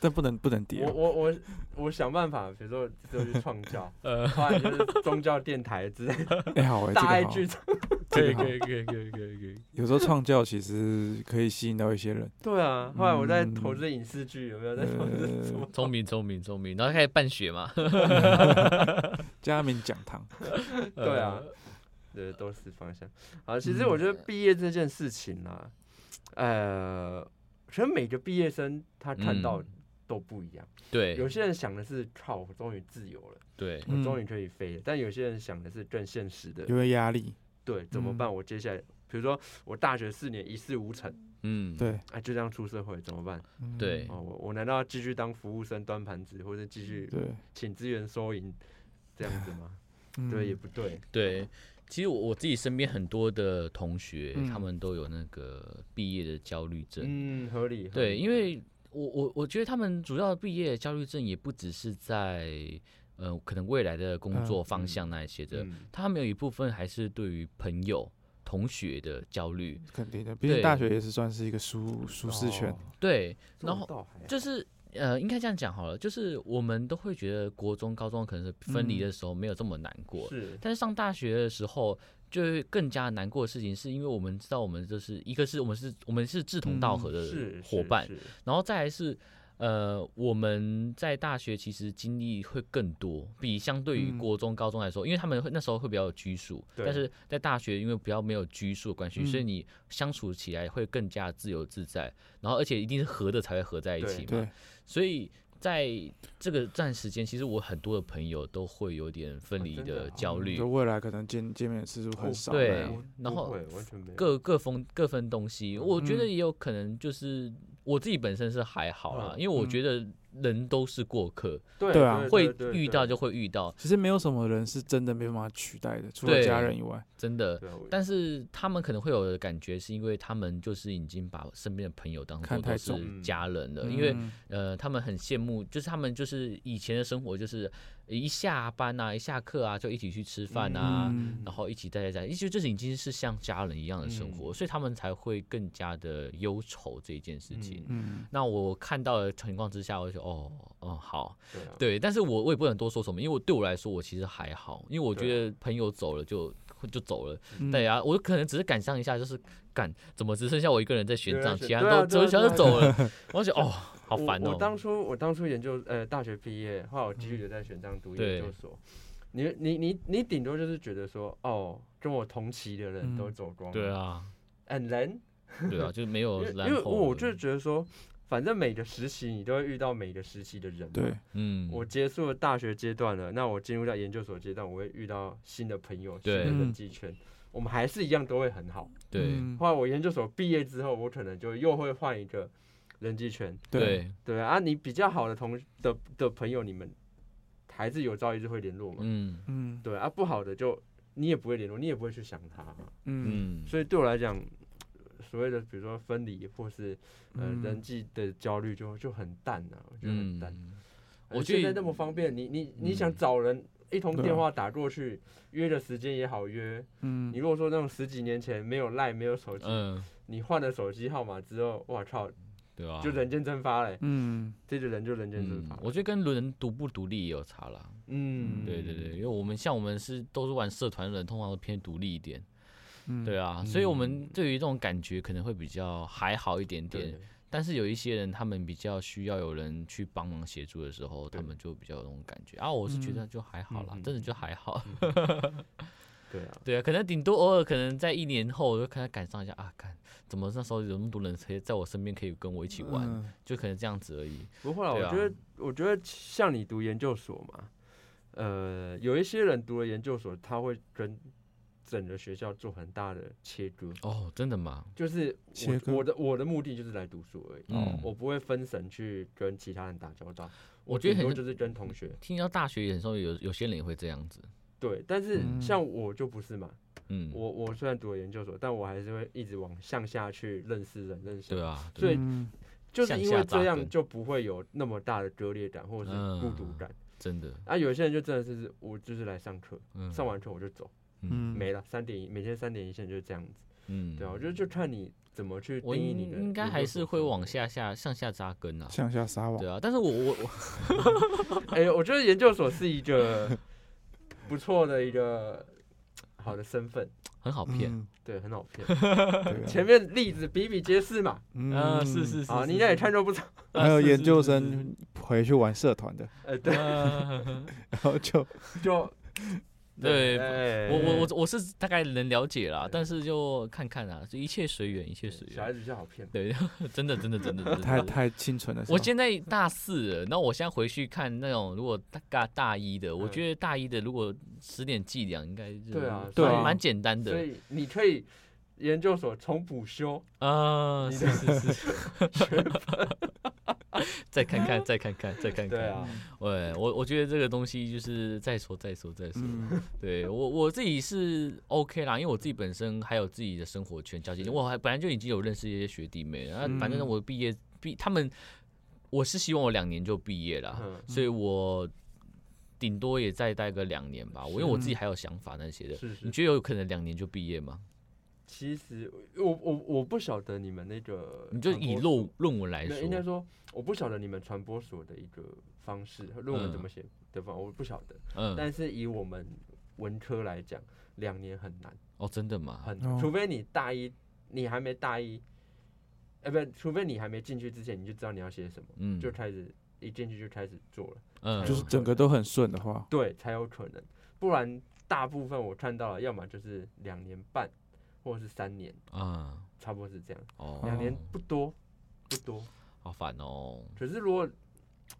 S4: 但不能不能跌啊
S2: 我，我我我想办法，比如说就去创教，
S1: (laughs) 呃，
S2: 后来就是宗教电台之类的，
S4: 哎好哎，
S2: 大爱
S4: 这
S2: 剧
S4: 个好，
S2: 场。
S4: 这个好，
S1: 以，可以，可以，可以，可以。
S4: 有时候创教其实可以吸引到一些人，
S2: 对啊，后来我在投
S4: 嗯
S2: 资影视剧，有没有在投资什
S4: 呃
S2: 么，？
S1: (laughs) 聪明，聪明，聪明，然后开始办学嘛。 (laughs)
S4: 嘉明讲堂，
S1: 呃
S2: 对啊，对，都是方向。啊，其实我觉得
S4: 嗯
S2: 毕业这件事情啊，呃，其实每个毕业生他看到
S1: 嗯
S2: 都不一样。有
S1: 对，
S2: 些人想的是，靠，我终于自由了。
S1: 对，
S2: 我
S4: 嗯
S2: 终于可以飞了。但有些人想的是更现实的，
S4: 有没有压力？
S2: 对，怎么
S4: 嗯
S2: 办？我接下来，比如说我大学四年一事无成，
S1: 嗯，
S4: 对
S2: 哎，就这样出社会怎么办？
S4: 嗯
S1: 对
S2: 哦，我我难道要继续当服务生端盘子，或者继续
S4: 对，
S2: 请资源收银这样子
S1: (laughs)
S2: 吗？
S4: 嗯
S2: 对，也不对。
S1: 对。其实我我自己身边很多的同学，
S4: 嗯
S1: 他们都有那个毕业的焦虑症。
S2: 嗯，合理。合
S1: 对，
S2: 理
S1: 因为我我我觉得他们主要毕业焦虑症也不只是在呃可能未来的工
S4: 嗯
S1: 作方
S2: 嗯
S1: 向那一些的，
S2: 嗯
S1: 他们有一部分还是对于朋友、同学的焦虑。
S2: 嗯
S4: 肯定的，毕竟
S1: 对
S4: 大学也是算是一个舒舒适圈
S2: 哦，
S1: 对，
S2: 这
S1: 然
S2: 我
S1: 后
S2: 倒还好
S1: 就是呃，应该这样讲好了，就是我们都会觉得国中、高中可能是分离的时候没有这么难过，
S2: 嗯是
S1: 但是上大学的时候，就会更加难过的事情，是因为我们知道我们就是一个是我们是我们是志同道合的
S2: 嗯是
S1: 呃伙伴，，
S2: 是是
S1: 然后再来是呃我们在大学其实经历会更多，比相对于
S4: 嗯
S1: 国中、高中来说，因为他们会那时候会比较有拘束，
S2: 对
S1: 但是在大学因为比较没有拘束的关系，
S4: 嗯
S1: 所以你相处起来会更加自由自在，然后而且一定是合的才会合在一起嘛，
S4: 对，
S1: 所以在这个段时间，其实我很多的朋友都会有点分
S2: 哦
S1: 离
S2: 真的
S1: 的
S2: 哦
S1: 焦虑，
S4: 嗯就未来可能见见面的次数很少那
S1: 对
S4: 样。
S2: 我
S1: 然后
S2: 不会完全没有
S1: 各各分各分东西，我觉得
S4: 嗯
S1: 也有可能就是我自己本身是还好啦，
S2: 嗯
S1: 因为我
S4: 嗯
S1: 觉得人都是过客，
S2: 对
S4: 对啊
S1: 会
S2: 对
S1: 遇到就会遇到，
S4: 其实没有什么人是真的没办法取代的，除了
S1: 对
S4: 家人以外。
S1: 真的。
S2: 对啊我
S1: 但是他们可能会有的感觉，是因为他们就是已经把身边的朋友当做
S4: 看
S1: 都
S4: 太
S1: 是
S4: 重
S2: 嗯
S1: 家人了，因为
S4: 嗯
S1: 呃，他们很羡慕，就是他们就是以前的生活，就是一下班啊，一下课啊，就一起去吃饭啊，
S4: 嗯
S1: 然后一起待在在，一起就是已经是像家人一样的
S2: 嗯
S1: 生活，所以他们才会更加的忧愁这一件事情。
S2: 嗯
S4: 嗯，
S1: 那我看到的情况之下，我就觉得哦，嗯，好，
S2: 对啊
S1: 对，但是我我也不能多说什么，因为我对我来说，我其实还好，因为我觉
S2: 啊
S1: 得朋友走了就就走了，
S4: 嗯
S1: 对啊，我可能只是感伤一下，就是感怎么只剩下我一个人在
S2: 有
S1: 玄
S2: 人
S1: 奘，
S2: 在
S1: 其他
S2: 对
S1: 人
S2: 啊
S1: 都走一
S2: 对
S1: 下就
S2: 啊对啊
S1: 走了，
S2: (laughs)
S1: 我就觉得哦，好烦
S2: 我。我当
S1: 哦，嗯
S2: 初我当初研究呃大学毕业，后来我继续留在玄奘读
S1: 对
S2: 研究所。你你你你顶多就是觉得说，哦，跟我同期的人
S4: 嗯
S2: 都走光，
S1: 对，啊，
S2: 很人，
S1: 对啊，就没
S2: 因
S1: 有
S2: 为因
S1: 然
S2: 为
S1: 后
S2: 我
S1: 了
S2: 就觉得说，反正每个时期你都会遇到每个时期的人，
S4: 对，，
S1: 嗯，
S2: 我结束了大学阶段了，那我进入到研究所阶段，我会遇到新的朋友、新
S1: 对嗯
S2: 的人际圈，我们还是一样都会很好。
S1: 对
S4: 嗯
S2: 后来我研究所毕业之后，我可能就又会换一个人际圈，
S4: 对，
S1: 对，
S2: 对啊，你比较好的同的的朋友，你们还是有朝一日会联络嘛，
S1: 嗯
S4: 嗯
S2: 对啊，不好的就你也不会联络，你也不会去想他，啊
S4: 嗯
S1: 嗯，
S2: 所以对我来讲。所谓的比如说分离或是呃
S4: 嗯
S2: 人际的焦虑就就很淡啊，我觉得很
S1: 嗯
S2: 淡。，呃
S1: 我觉
S2: 现在
S1: 得
S2: 那么方便，你你你
S1: 嗯
S2: 想找人一通
S4: 对啊
S2: 电话打过去，约的时间也好约。
S4: 嗯
S2: 你，如果说那种十几年前没有赖没有手机，
S1: 嗯，
S2: 你换了手机号码之后，哇靠，
S1: 对吧？
S2: 就人间蒸发嘞，
S4: 嗯
S2: 这个人就人间蒸
S1: 啊嗯
S2: 发。，
S1: 我觉得跟人独不独立也有差啦。
S2: 嗯，
S1: 对对对，因为我们像我们是都是玩社团的人，通常都偏独立一点。
S4: 嗯，
S1: 对啊，所以我们对于这种感觉可能会比较还好一点
S2: 对
S1: 点。但是有一些人，他们比较需要有人去帮忙协助的时候，他
S2: 对
S1: 们就比较有那种感觉啊。我是觉得就还好啦，
S2: 嗯嗯
S1: 真的就还好。
S2: 对啊，
S1: 对啊，可能顶多偶尔，可能在一年后，我就看他感伤一下啊，看怎么那时候有那么多人可以在我身边可以跟我一起玩，
S4: 嗯
S1: 就可能这样子而已。
S2: 不过啦，我
S1: 对啊
S2: 觉得我觉得像你读研究所嘛，呃，有一些人读了研究所，他会跟整个学校做很大的切割，
S1: 哦，真的吗？
S2: 就是
S4: 切割
S2: 我我的我的目的就是来读书而已。
S1: 嗯，
S2: 哦我不会分神去跟其他人打交道，
S1: 我
S2: 我
S1: 觉得
S2: 顶多
S1: 很
S2: 就是跟同学。
S1: 听到大学也很受有有些人也会这样子，
S2: 对，但是
S4: 嗯
S2: 像我就不是嘛，
S1: 嗯，
S2: 我我虽然读了研究所，但我还是会一直往向下去认识人，认识人。
S1: 对啊，
S2: 所以
S4: 嗯
S2: 就是因为
S1: 向下扎根
S2: 这样，就不会有那么大的割裂感或者是孤独
S1: 嗯
S2: 感。
S1: 真的，
S2: 啊，有些人就真的是我就是来上课，
S1: 嗯，
S2: 上完课我就走，
S4: 嗯
S2: 没了，三点一每天三点一线就是这样子。
S1: 嗯，
S2: 对啊，我觉得就看你怎么去定
S1: 我
S2: 义
S1: 应
S2: 你的。
S1: 应该还是会往。下下向下扎根啊，
S4: 向下撒网
S1: 对，啊，但是我我我
S2: 哎、我觉得研究所是一个不错的一个好的身份，
S1: 很好骗，
S4: 嗯
S2: 对，很好
S1: (laughs)
S2: 骗。
S4: 对
S2: (laughs)
S4: 啊
S2: 前面例子比比皆是呃嘛，
S1: 嗯，
S4: 嗯
S1: 是是是
S2: 啊，你应该也看，
S1: 是 (laughs)
S2: 到不少，
S1: 啊
S4: 还有
S1: 是是
S4: 研究
S1: 是是
S4: 生回去玩社团的， (laughs)
S2: 呃， (laughs) 对，
S1: 是
S4: 然后就
S2: 就
S1: (laughs) 对
S2: 哎
S1: 我我我我是大概能了解啦，但是就看看啊，就一切随缘，一切随
S2: 哎小孩
S1: 缘，
S2: 子就好骗，
S1: 对， (laughs) 真的真的真的，真的
S4: 太太清纯了。是
S1: 我
S4: 吧
S1: 现在大四了，那我现在回去看那种，如果大大大一的，我
S2: 嗯
S1: 觉得大一的如果十点计量，应该就
S2: 对啊
S4: 对啊
S1: 蛮蛮简单
S2: 所
S1: 的，
S2: 以你可以研究所重
S1: (laughs)
S2: 补修，
S1: 啊，
S2: 你
S1: 是是是，
S2: (laughs)
S1: 再看看，再看看，再看看，
S2: 对啊，
S1: 喂，我我觉得这个东西就是再说再说再说，
S2: (laughs)
S4: 嗯
S1: 对我我自己是 OK 啦，因为我自己本身还有自己的生活圈交际圈，我还本来就已经有认识一些学弟妹了，
S4: 嗯
S1: 啊、反正我毕业毕他们，我是希望我两年就毕业啦，
S2: 嗯
S1: 所以我顶多也再待个两年吧，我因为我自己
S4: 嗯
S1: 还有想法那些的。
S2: 是
S1: 你
S2: 是，
S1: 觉得有可能两年就毕业吗？
S2: 其实我我我不晓得你们那个，
S1: 你就以论论文来
S2: 没
S1: 说
S2: 有，应该说我不晓得你们传播所的一个方式，论文怎
S1: 嗯
S2: 么写的方，我不晓得。
S1: 嗯，
S2: 但是以我们文科来讲，两年很难，
S1: 哦，真的吗？
S2: 很难，
S4: 哦
S2: 除非你大一，你还没大一，哎、不，除非你还没进去之前，你就知道你要写什么，
S1: 嗯，
S2: 就开始一进去就开始做了，
S1: 嗯，
S4: 就是整个都很顺的话，
S2: 对，才有可能。不然大部分我看到了，要么就是两年半，或者是三年，
S1: 啊，
S2: 差不多是这样，
S1: 哦，
S2: 两年不多，不多。
S1: 好烦哦，
S2: 可是如果，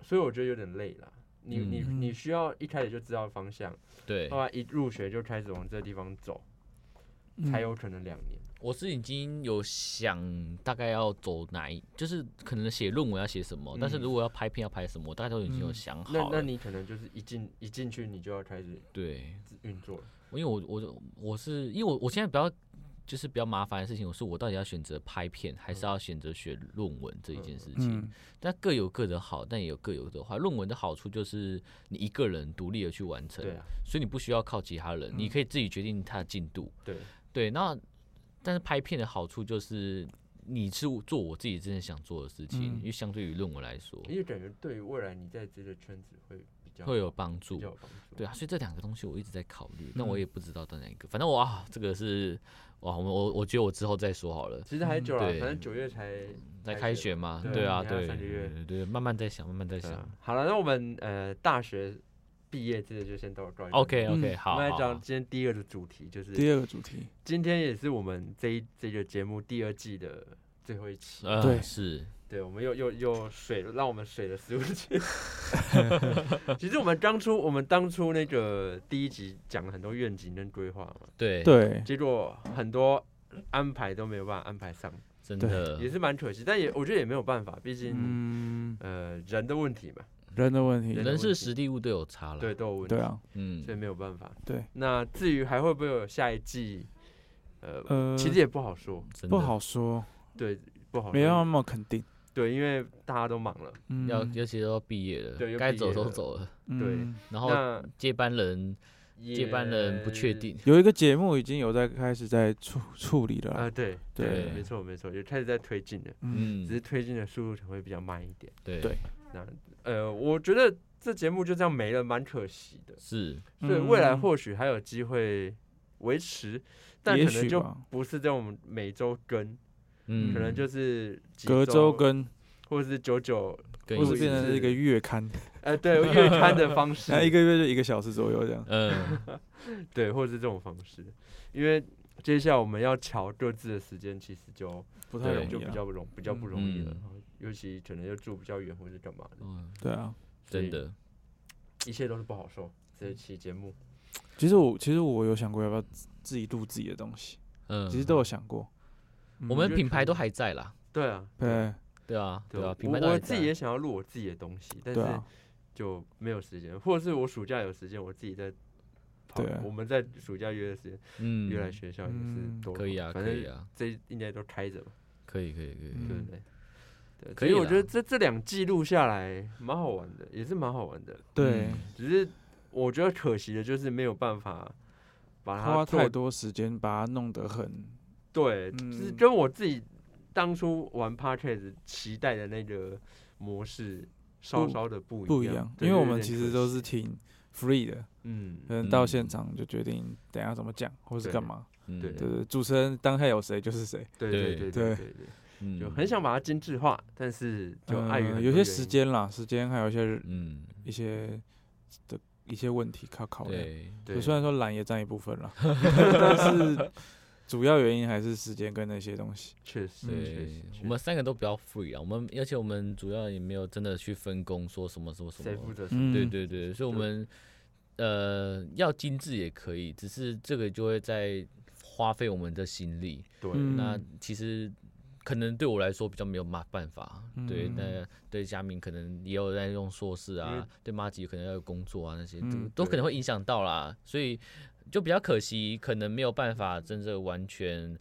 S2: 所以我觉得有点累啦。你你
S4: 嗯
S2: 你需要一开始就知道方向，
S1: 对
S2: 后，来一入学就开始往这个地方走，
S4: 嗯
S2: 才嗯有可能两年。
S1: 我是已经有想大概要走哪一，就是可能写论文要写什么，但是
S2: 嗯
S1: 如果要拍片要拍什么，我大概都已经有
S4: 嗯
S1: 想
S2: 那
S1: 好欸
S2: 那
S1: 了。
S2: 你可能就是一进一进去，你就要开始
S1: 对，
S2: 运作了。
S1: 因为我我我是因为我我现在比较就是比较麻烦的事情，我是我到底要选择拍片，还
S2: 嗯
S1: 是要选择学论文这一件事情？
S4: 嗯，
S1: 但各有各的好，但也有各有各的坏。论文的好处就是你一个人独立的去完成，
S2: 对啊，
S1: 所以你不需要靠其他人，你
S4: 嗯
S1: 可以自己决定它的进度。
S2: 对，
S1: 对，那但是拍片的好处就是你是做我自己真的想做的事情，
S4: 嗯
S1: 因为相对于论文来说
S2: 因为感觉对于未来你在这个圈子会比较
S1: 会有帮
S2: 比
S1: 助
S2: 较。有帮助。
S1: 对啊，所以这两个东西我一直在考虑，但
S4: 嗯
S1: 我也不知道到哪一个。反正我啊，这个是哇，我我我觉得我之后再说好了。
S2: 其实还久了，
S1: 嗯对
S2: 反正九月才
S1: 在
S2: 开
S1: 开
S2: 学
S1: 学嘛，
S2: 对
S1: 对
S2: 啊
S1: 啊，
S2: 你还有
S1: 对
S2: 三个月
S1: 对对对，慢慢在想，慢慢在
S2: 对
S1: 想
S2: 啊。好了，那我们呃大学毕业这个就先到这儿。
S1: OK OK，
S4: 嗯
S1: 好，
S2: 我们来
S1: 好
S2: 讲
S1: 好
S2: 今天第二个主题，就是
S4: 第二个主题，
S2: 今天也是我们这一这个节目第二季的最后一期。
S1: 呃
S4: 对
S1: 是，
S2: 对，我们又又又水了，让我们水了十五集。其实我们当初我们当初那个第一集讲了很多愿景跟规划嘛，
S1: 对，
S4: 对，
S2: 结果很多安排都没有办法安排上，
S1: 真
S4: 对
S1: 的
S2: 也是蛮可惜。但也我觉得也没有办法，毕竟、
S4: 嗯，
S2: 呃人的问题嘛，
S4: 人的问题
S2: 人，
S1: 人
S2: 问
S1: 事
S2: 题
S1: 实地物都有差了。
S2: 对，都有问题，
S4: 对啊，
S1: 嗯
S2: 所，以没有办法。
S4: 对，
S2: 那至于还会不会有下一季，呃，
S4: 呃，
S2: 其实也不好说，
S1: 真的
S4: 不，好说，
S2: 对，不好
S4: 没有啊那
S2: 说，
S4: 么肯定，
S2: 对，因为大家都忙了。
S4: 嗯，
S1: 要尤其都要毕业
S2: 对
S1: 了，
S2: 又
S1: 该
S2: 毕
S1: 走
S2: 业
S1: 都
S2: 了
S1: 走了，
S2: 对
S4: 嗯
S1: 然后
S2: 那
S1: 接班人接班人不确
S2: 也
S1: 定，
S4: 有一个节目已经有在开始在处处理了
S2: 啊，
S4: 啊，
S2: 对
S1: 对
S2: 没错没错，也开始在推进了，
S4: 嗯，
S1: 嗯
S2: 只是，推进的速度可能会比较慢一点。
S1: 对
S4: 对
S2: 那呃，我觉得这节目就这样没了，蛮可惜的。
S1: 是，
S2: 所以未来
S4: 嗯
S2: 或许还有机会维持，但
S4: 也
S2: 可能
S4: 许
S2: 就
S4: 吧，
S2: 不是这种每周更，
S1: 嗯，
S2: 可能就是几
S4: 隔周，跟，
S2: 或者是九九，
S1: 跟
S4: 或
S2: 录
S4: 是
S2: 一
S1: 一
S4: 变成
S2: 次
S4: 是一个月刊，
S2: 呃，对月刊的方
S4: (laughs)
S2: 式
S4: 那，一个月就一个小时左右这样，
S2: (laughs)
S1: 嗯，
S2: 对，或者是这种方式，因为接下来我们要调各自的时间，其实就
S4: 不太容
S1: 对
S4: 易
S2: 就比
S4: 啊，
S2: 较不容比较不容易了
S1: 嗯，
S2: 尤其可能又住比较远或者干嘛的。
S1: 嗯
S4: 对啊。
S2: 哦所以
S1: (laughs) 真的，
S2: 一切都是不好受。这一期节目，
S4: 其实我其实我有想过要不要自自己录自己的东西，
S1: 嗯，
S4: 其实都有想过。嗯
S1: 我
S2: 我觉
S1: 们
S2: 得
S1: 品
S2: 可
S1: 牌都
S2: 能
S1: 还在啦，
S2: 对啊，
S4: 对
S1: 对啊，对啊，品牌
S2: 我
S1: 都还
S2: 我自己也
S1: 在，
S2: 想要录我自己的东西，但
S4: 对
S2: 是
S4: 啊，
S2: 就没有时间，或者是我暑假有时间，我自己在跑。
S4: 对啊
S2: 我们在暑假约的时间，
S1: 嗯，
S2: 约来学校也是
S4: 嗯
S2: 都
S1: 可以啊，
S2: 反
S1: 可以
S2: 正
S1: 啊，
S2: 这应该都开着吧，
S1: 可以，可以，可以，
S2: 对
S4: 嗯
S2: 不对？对，
S1: 可
S2: 所以
S1: 以
S2: 我觉得
S1: 啦
S2: 这这两季录下来蛮好玩的，也是蛮好玩的。
S4: 对，
S1: 嗯
S2: 只是我觉得可惜的就是没有办法把它
S4: 花
S2: 做
S4: 太多时间把它弄得很，
S2: 对，就是
S4: 嗯
S2: 跟我自己当初玩 Parkes 期待的那个模式稍
S4: 不
S2: 稍的不
S4: 不
S2: 一
S4: 一
S2: 样
S4: 样，，
S2: 对
S4: 因为
S2: 就
S4: 我
S2: 有
S4: 们
S2: 点
S4: 其
S2: 可
S4: 实都
S2: 惜
S4: 是呃挺 free 的，
S2: 嗯
S4: 可能到
S1: 嗯
S4: 现场就决定等一下怎么讲或是
S2: 对
S4: 干嘛。
S1: 嗯
S2: 对
S4: 对对，主持人当下有谁就是谁，
S2: 对对对
S1: 对
S2: 对
S4: 对
S2: 对对，
S1: 嗯
S2: 就很想把它精致化，但是就碍于
S4: 呃
S2: 很多
S4: 有些
S2: 原
S4: 时
S2: 因，
S4: 间啦，时间还有一些
S1: 嗯，
S4: 一些的一些问题考考量。
S1: 对，
S2: 对，
S4: 虽然说懒也占一部分
S2: (laughs)
S4: 了，但是主要原因还是时间跟那些东西。
S2: 确实确实
S1: 对，，
S2: 确
S1: 我们三个都比较 free 啊，我们而且我们主要也没有真的去分工说什么什么
S2: 实
S1: 什
S2: 谁负
S1: 么，
S2: 责谁，
S4: 嗯
S1: 对对对，所以我
S2: 对
S1: 们呃要精致也可以，只是这个就会在花费我们的心力。
S2: 对
S4: 嗯
S1: 那其实可能对我来说比较没有嘛办法，对，
S4: 嗯
S1: 那对佳明可能也有在用硕士
S2: 因
S1: 啊
S2: 为，
S1: 对马吉可能要有工作啊那些，
S4: 嗯
S1: 都都可
S2: 对
S1: 能会影响到啦，所以就比较可惜，可能没有办法真正完全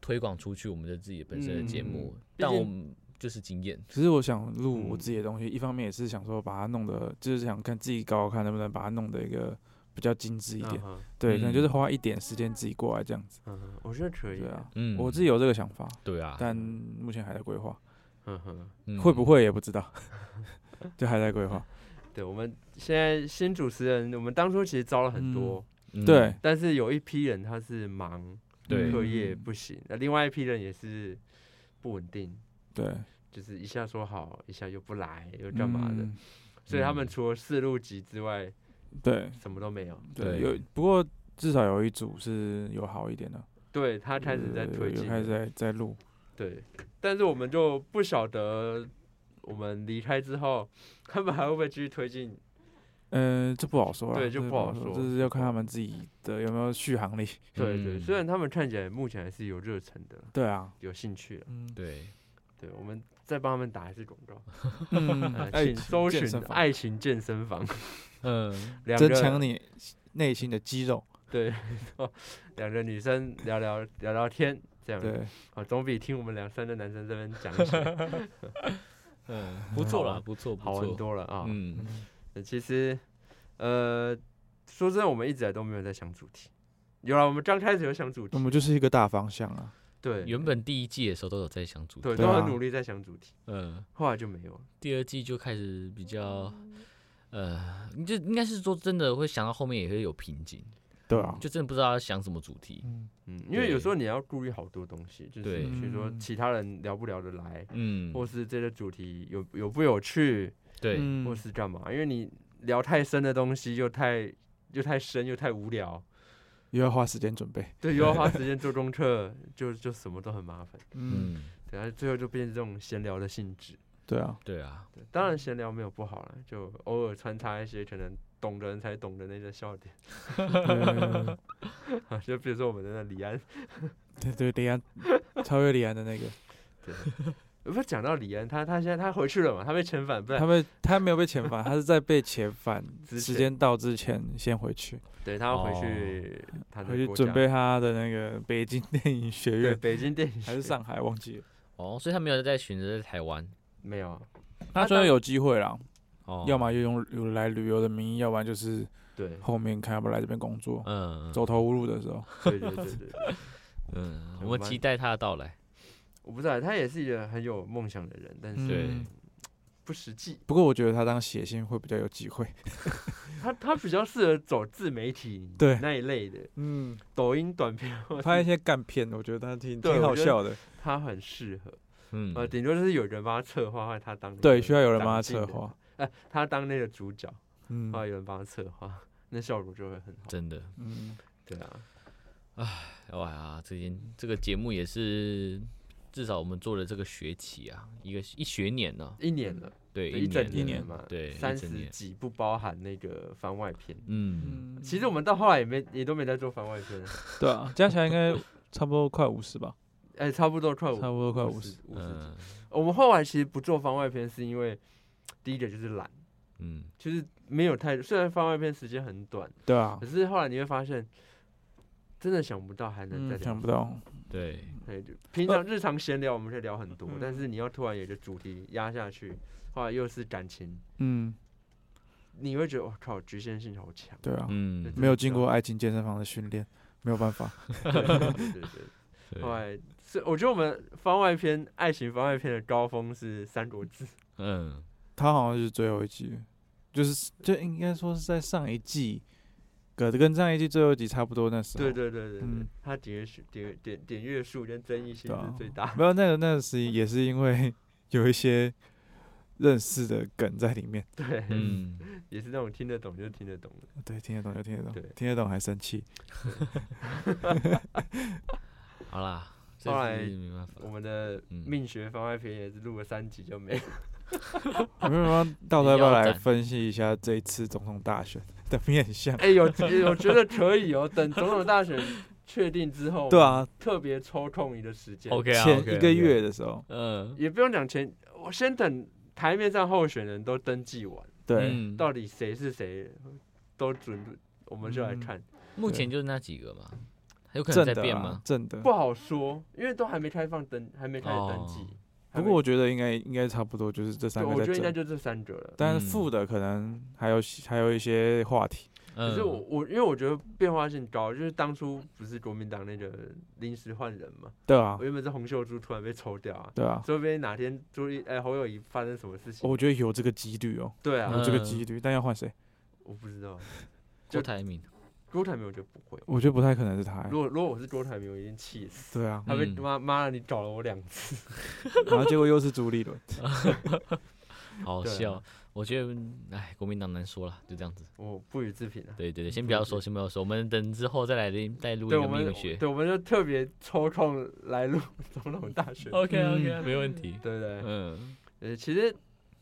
S1: 推广出去我们的自己本身的节目，
S4: 嗯
S2: 毕
S1: 但我
S2: 竟
S1: 们就是经验，
S4: 其实我想录我
S2: 嗯
S4: 自己的东西，一方面也是想说把它弄得，就是想看自己搞搞看能不能把它弄的一个比较精致一点，
S2: 嗯哼
S4: 对，可
S1: 嗯
S4: 能就是花一点时间自己过来这样子，
S2: 嗯哼，我觉得可以
S4: 对。啊，
S1: 嗯，
S4: 我自己有这个想法，
S1: 对啊，
S4: 但目前还在规划，
S2: 嗯哼，
S1: 嗯
S4: (laughs) 会不会也不知道，就还在规划，
S2: 对，我们现在新主持人，我们当初其实招了很多，
S1: 嗯
S4: 对，
S2: 但是有一批人他是忙
S1: 对
S2: 课业
S4: 嗯
S2: 不行，那、另外一批人也是不稳定，
S4: 对，
S2: 就是一下说好，一下又不来，又干嘛的，
S4: 嗯？
S2: 所以他们
S1: 嗯
S2: 除了四路级之外，
S4: 对
S2: 什么都没有。
S1: 对
S4: 对，有不过至少有一组是有好一点的，
S2: 对他开始在
S4: 呃有
S2: 推
S4: 有
S2: 进
S4: 开
S2: 了，
S4: 始在在录，
S2: 对，但是我们就不晓得我们离开之后，他们还会不会继续推进？
S4: 呃，这不好说了，
S2: 对就
S4: 这
S2: 不好
S4: 说，
S2: 说
S4: 这是要看他们自己的有没有续航力。
S2: 对对，
S1: 嗯
S2: 虽然他们看起来目前还是有热忱的，
S4: 对啊，
S2: 有兴趣了。 (laughs)
S4: 嗯，
S1: 对，
S2: 对，我们再帮他们打一次广告，
S4: (laughs) 嗯
S2: 呃
S4: 爱
S2: 请
S4: 情
S2: 搜
S4: 健
S2: 寻
S4: 身房
S2: 爱情健身
S4: (laughs)
S2: 房，
S1: 嗯，
S2: 两
S4: 增强
S2: 个
S4: 你内心的肌肉，
S2: 对，两个女生聊聊聊聊天这样，
S4: 对，
S2: 啊，总比听我们两三个男生这边讲起来
S1: 嗯，不错
S4: 好
S1: 啦，
S4: 玩
S1: 不错，不
S2: 好很
S1: 错，
S2: 多了啊。
S1: 嗯，
S2: 那其实，呃，说真的，我们一直以来都没有在想主题。有了，我们刚开始有想主
S4: 我
S2: 题，
S4: 们就是一个大方向啊，
S2: 对
S1: 原本第一季的时候都有在想主题，
S2: 对，
S4: 对
S2: 都很
S4: 啊
S2: 努力在想主题，
S1: 嗯，
S2: 后来就没有了。
S1: 第二季就开始比较，呃，你就应该是说真的会想到后面也会有瓶颈，
S4: 对啊，
S1: 就真的不知道要想什么主题，
S4: 嗯，
S2: 嗯，因为有时
S1: 对
S2: 候你要顾虑好多东西，就是
S1: 对
S2: 比如说
S4: 嗯
S2: 其他人聊不聊得来，
S1: 嗯，
S2: 或是这个主题有有不有趣，
S1: 对，
S4: 嗯
S2: 或是干嘛？因为你聊太深的东西又太又太深又太无聊，
S4: 又要花时间准备，
S2: 对，又要花时间做功课，就就什么都很麻烦。
S4: 嗯，
S1: 嗯，
S2: 对，然后最后就变成这种闲聊的性质。
S4: 对啊，
S1: 对啊，
S2: 对，当然闲聊没有不好啦，就偶尔穿插一些可能懂的人才懂的那些笑
S4: (laughs)
S2: 点，
S4: 呃
S2: 就比如说我们的那李安，
S4: 对对，李安超越李安的
S2: (laughs)
S4: 那个，
S2: 不是讲到李安，他他现在他回去了嘛，他被遣返，不
S4: 他
S2: 是，
S4: 被他没有被遣返，他是在被遣返
S2: 之
S4: 时
S2: 前
S4: 间到之前先回去，
S2: 对他要回去他
S4: 哦
S2: 的
S4: 回去
S2: 国
S4: 准
S2: 家
S4: 备他的那个北京电影学
S2: 对
S4: 院
S2: 北京电影
S4: 还是
S2: 学
S4: 上海忘记了，
S1: 哦，所以他没有在选择在台湾，
S2: 没有啊，
S4: 他虽然有机会啦，
S1: 哦，
S4: 要么就用有来旅游的名义，要不然
S2: 嗯
S4: 就是
S2: 对
S4: 后面看要不要来这边工作，
S1: 嗯，
S4: 走投无路的
S2: (laughs)
S4: 时候，
S2: 对对对对，对
S1: 嗯，
S2: 怎
S1: 我
S2: 么
S1: 们
S2: 办
S1: 期待他的到来，
S2: 我不知道，他也是一个很有梦想的人，但是
S1: 对
S4: 嗯
S2: 不实际，
S4: 不过我觉得他当写信会比较有机会，
S2: 他他比较适合走自媒体
S4: 对
S2: 那一类的，
S4: 嗯，
S2: 抖音短片或
S4: 拍一
S2: 是
S4: 些干片，我觉得他挺
S2: 嗯对
S4: 挺
S2: 我
S4: 好
S2: 觉得
S4: 笑的。
S2: 他很适合。
S1: 嗯，
S2: 呃，顶多就是有人帮他策划，或者他当那
S4: 对，
S2: 个
S4: 需要有人
S2: 长
S4: 帮他
S2: 进
S4: 策
S2: 的，
S4: 划。
S2: 哎、他当那个主角，
S4: 嗯
S2: 后来有人帮他策划，那效果就会很好。
S1: 真的，
S4: 嗯，
S2: 对啊，
S1: 哇呀，这件这个节目也是至少我们做了这个学期啊，一个一学年呢、
S2: 一年了，
S1: 对，
S2: 对一整
S1: 了
S4: 一
S2: 年
S4: 年
S2: 嘛，
S1: 对一
S2: 三
S1: 整
S2: 十
S1: 年
S2: 几不包含那个番外篇。
S1: 嗯，
S2: 其实我们到后来也没也都没在做番外
S4: (laughs)
S2: 篇，
S4: 对啊，加起来应该差不多快五十吧，
S2: 哎、差不 (laughs) 多快五
S4: 差不多快
S2: 五
S4: 五十
S2: 十。五十集。
S1: 嗯
S2: 我们后来其实不做番外篇，是因为第一个就是懒，
S1: 嗯，
S2: 就是没有太虽然番外篇时间很短，
S4: 对啊
S2: 可，是后来你会发现，真的想不到还能再
S4: 嗯，
S2: 聊
S4: 想不到，
S1: 对，
S2: 对，哎就平常日常闲聊我们可以聊很多，
S4: 呃嗯
S2: 但是你要突然有一个主题压下去，后来又是感情，
S4: 嗯，
S2: 你会觉得我靠，局限性好强。
S4: 对啊，
S1: 嗯，
S4: 没有经过爱情健身房的训练，没有办法。
S2: 啊 (laughs) 对对对
S4: (laughs)
S2: 对对。
S1: 对
S2: 后来是我觉得我们番外篇爱情番外篇的高峰是《三国志》，
S1: 嗯，
S4: 他好像就是最后一集，就是就应该说是在上一季，跟跟上一季最后一集差不多那时候。
S2: 对对对对对
S4: 嗯，
S2: 它点阅数点点点阅数跟争议性
S4: 对啊
S2: 是最大。
S4: (laughs) 没有那个那个是也是因为 (laughs) 有一些认识的梗在里面，
S2: 对，
S1: 嗯，
S2: 也是那种听得懂就听得懂的。
S4: 对，听得懂就听得
S2: 对
S4: 懂，听得懂还生气。
S1: 好啦，这
S2: 后来
S1: 是没办法
S2: 我，们的
S1: 嗯
S2: 命学番外篇也是录了三集就
S4: (laughs)
S2: 没了。
S4: 我们要到时候要不要
S1: 腰
S4: 来
S1: 斩
S4: 分析一下这一次总统大选的面
S2: (laughs)
S4: 向？
S2: 哎、有有觉得可以哦，等总统大选确定之后，
S4: 对，啊，
S2: 特别抽空一个时间
S1: OK 啊
S4: 前
S1: OK 啊
S4: 一个月的时候，
S1: 嗯，
S2: 也不用讲前，我先等台面上候选人都登记完，
S4: 对，
S1: 嗯，
S2: 到底谁是谁都准，我们就来
S4: 嗯
S2: 看，
S1: 目前就是那几个嘛，还有可能
S4: 正
S1: 在
S2: 啊
S4: 的
S1: 变
S4: 啦
S1: 吗？
S4: 正的。
S2: 不好说，因为都还没开放登，还没开始登记。还
S4: 哦不
S2: 没
S4: 过我觉得应该应该差不多，就是这三
S2: 对我
S4: 个
S2: 觉
S4: 在
S2: 得应该
S4: 正，
S2: 就这三个了。
S4: 但是
S1: 嗯
S4: 负的可能还有还有一些话题。
S2: 可
S1: 可
S2: 是我我因为我觉得变化性高，就是当初不是国民党那个临时换人嘛，
S4: 对啊
S2: 我，原本是洪秀柱突然被抽掉啊，
S4: 对啊，
S2: 说不定哪天朱立哎侯友谊发生什么事情，
S4: 我觉得有这个几率哦，
S2: 对啊，
S1: 嗯
S4: 有这个几率，但要换谁？
S2: 我不知道，就
S1: 郭台铭，
S2: 郭台铭我觉得不会，
S4: 我觉得不太可能是他欸。
S2: 如果如果我是郭台铭，我一定气死，
S4: 对啊，
S2: 他被
S1: 嗯
S2: 妈妈你找了我两次，
S4: 然后结果又是朱立伦，
S1: 好
S2: 对啊
S1: 笑。我觉得，哎，国民党难说了，就这样子。
S2: 我不予置评啊。
S1: 对对对，先不要说，先不要说，我们等之后再来录再录一
S2: 对，
S1: 个
S2: 我
S1: 命
S2: 们
S1: 理学。
S2: 对，我们就特别抽空来录 (laughs) 总统大
S1: (laughs)
S2: 选，
S1: OK OK，
S4: 嗯
S1: 没问题。
S2: 对不对？
S1: 嗯，
S2: 呃，其实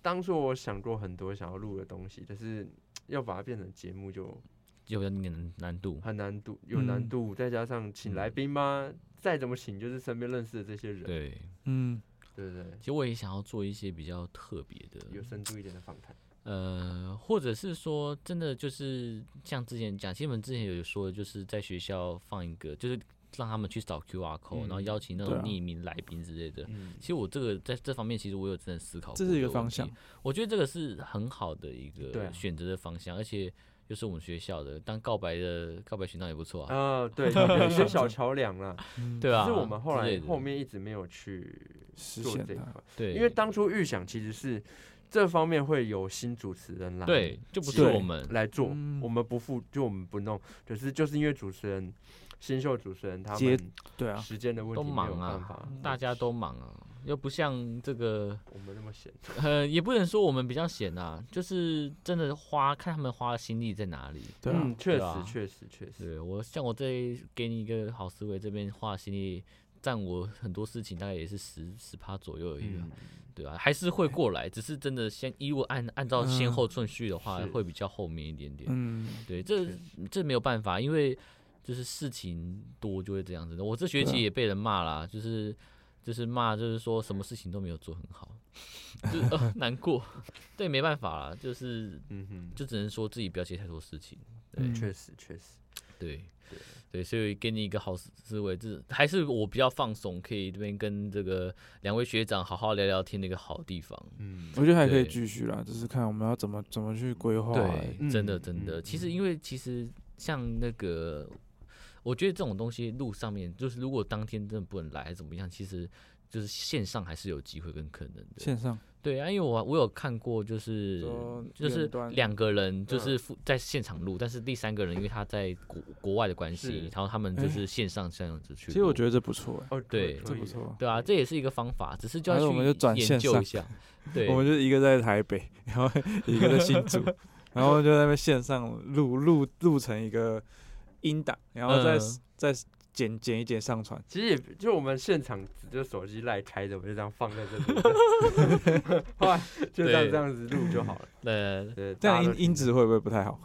S2: 当初我想过很多想要录的东西，但是要把它变成节目
S1: 嗯
S2: 就
S1: 有一点难难度。
S2: 很难度，有难
S4: 嗯
S2: 度，再加上请来
S1: 嗯
S2: 宾嘛，再怎么请就是身边认识的这些人，
S1: 对，
S4: 嗯，
S2: 对不对？
S1: 其实我也想要做一些比较特别的，
S2: 有深度一点的访谈，
S1: 呃，或者是说，真的就是像之前讲，其实我们之前有说的，就是在学校放一个，就是让他们去扫 QR code，、然后
S2: 嗯
S1: 邀请那
S4: 对
S1: 种
S4: 啊
S1: 匿名来宾之类的。
S2: 嗯，
S1: 其实我这个在这方面，其实哦我有真的思考过
S4: 这
S1: 个
S4: 是一个
S1: 问
S4: 方
S1: 题
S4: 向。
S1: 我觉得这个是很好的一
S2: 对啊
S1: 个选择的方向，而且又是我们学校的，当告白的告白选到也不错啊，
S2: 啊，
S1: (laughs)
S2: 对，有一些小桥梁啦，
S4: 嗯
S1: 对啊。
S2: 只是我们后
S1: 之
S2: 来
S1: 类的
S2: 后面一直没有去
S4: 实
S2: 做
S4: 现
S2: 这一
S4: 它
S2: 块，
S1: 对，
S2: 因为当初预想其实是这方面会有新主持人来，
S1: 对就不是
S4: 对
S1: 我们，
S2: 来做，
S4: 嗯
S2: 我们不付，就我们不弄。可是就是因为主持人，新秀主持人他
S4: 接
S2: 们
S4: 对啊，
S2: 时间的问
S1: 都
S2: 题没
S1: 忙
S2: 有
S1: 啊
S2: 办法，
S1: 大家都忙啊，又不像这个
S2: 我们那么闲。
S1: 呃，也不能说我们比较闲啊，就是真的花看他们花的心力在哪里。
S4: 对啊，
S2: 嗯，确
S1: 对
S2: 实
S1: 啊
S2: 确实确实，
S1: 对我像我这给你一个好思维，这边花的心力占我很多事情，大概也是十十趴左右而已啊，
S2: 嗯，
S1: 对啊，还是会过来，只是真的先依我按按照先
S4: 嗯
S1: 后顺序的话，
S2: 是
S1: 会比较后面一点点。
S4: 嗯，
S1: 对，这
S2: 确实
S1: 这没有办法，因为就是事情多就会这样子的。我这学
S4: 对
S1: 期
S4: 啊
S1: 也被人骂啦，就是就是骂，就是说什么事情都没有做很好，就是、 (laughs) 呃、难过。对，没办法啦，就是
S2: 嗯哼，
S1: 就只能说自己不要接太多事情。
S4: 嗯
S2: 确实确实，
S1: 对
S2: 对
S1: 对，所以给你一个好思思维，这还是我比较放松，可以这边跟这个两位学长好好聊聊天的一个好地方。
S2: 嗯，
S4: 我觉得还可以
S1: 对嗯
S4: 继续啦，只是看我们要怎么怎么去规划欸。
S1: 对，真的
S2: 嗯
S1: 真的。
S2: 嗯
S1: 其实
S2: 嗯
S1: 因为其实像那个，我觉得这种东西路上面，就是如果当天真的不能来还是怎么样，其实就是线上还是有机会跟可能的。
S4: 线上
S1: 对啊，因为我我有看过，就是
S4: 说
S1: 就是
S4: 远端
S1: 两个人就
S2: 嗯
S1: 是附在现场录，但是第三个人因为他在国国外的关
S2: 是
S1: 系，然后他们就
S4: 哎
S1: 是线上这样子去录。
S4: 其实我觉得这不错欸，
S2: 哦，
S1: 对
S2: 可
S4: 这
S2: 以
S4: 不错。
S1: 对啊，这也是一个方法，只是就要
S4: 还
S1: 去
S4: 是我们就转
S1: 研
S4: 线
S1: 究
S4: 上
S1: 一
S4: (laughs)
S1: 下。对，
S4: 我们就一个在台北，然
S1: (laughs)
S4: 后一个在新竹，然后就在那边线上录录录成一个音档，然后再、
S1: 嗯
S4: 再剪剪一剪上传。
S2: 其实也就我们现场就手机赖开着，我们就这样放在这边，
S1: (laughs)
S2: 后来就这样
S1: 对
S2: 这样子录就好了。
S1: 呃，
S2: 对，
S4: 这
S2: 大
S4: 样
S2: 家都
S4: 音音质会不会不太好？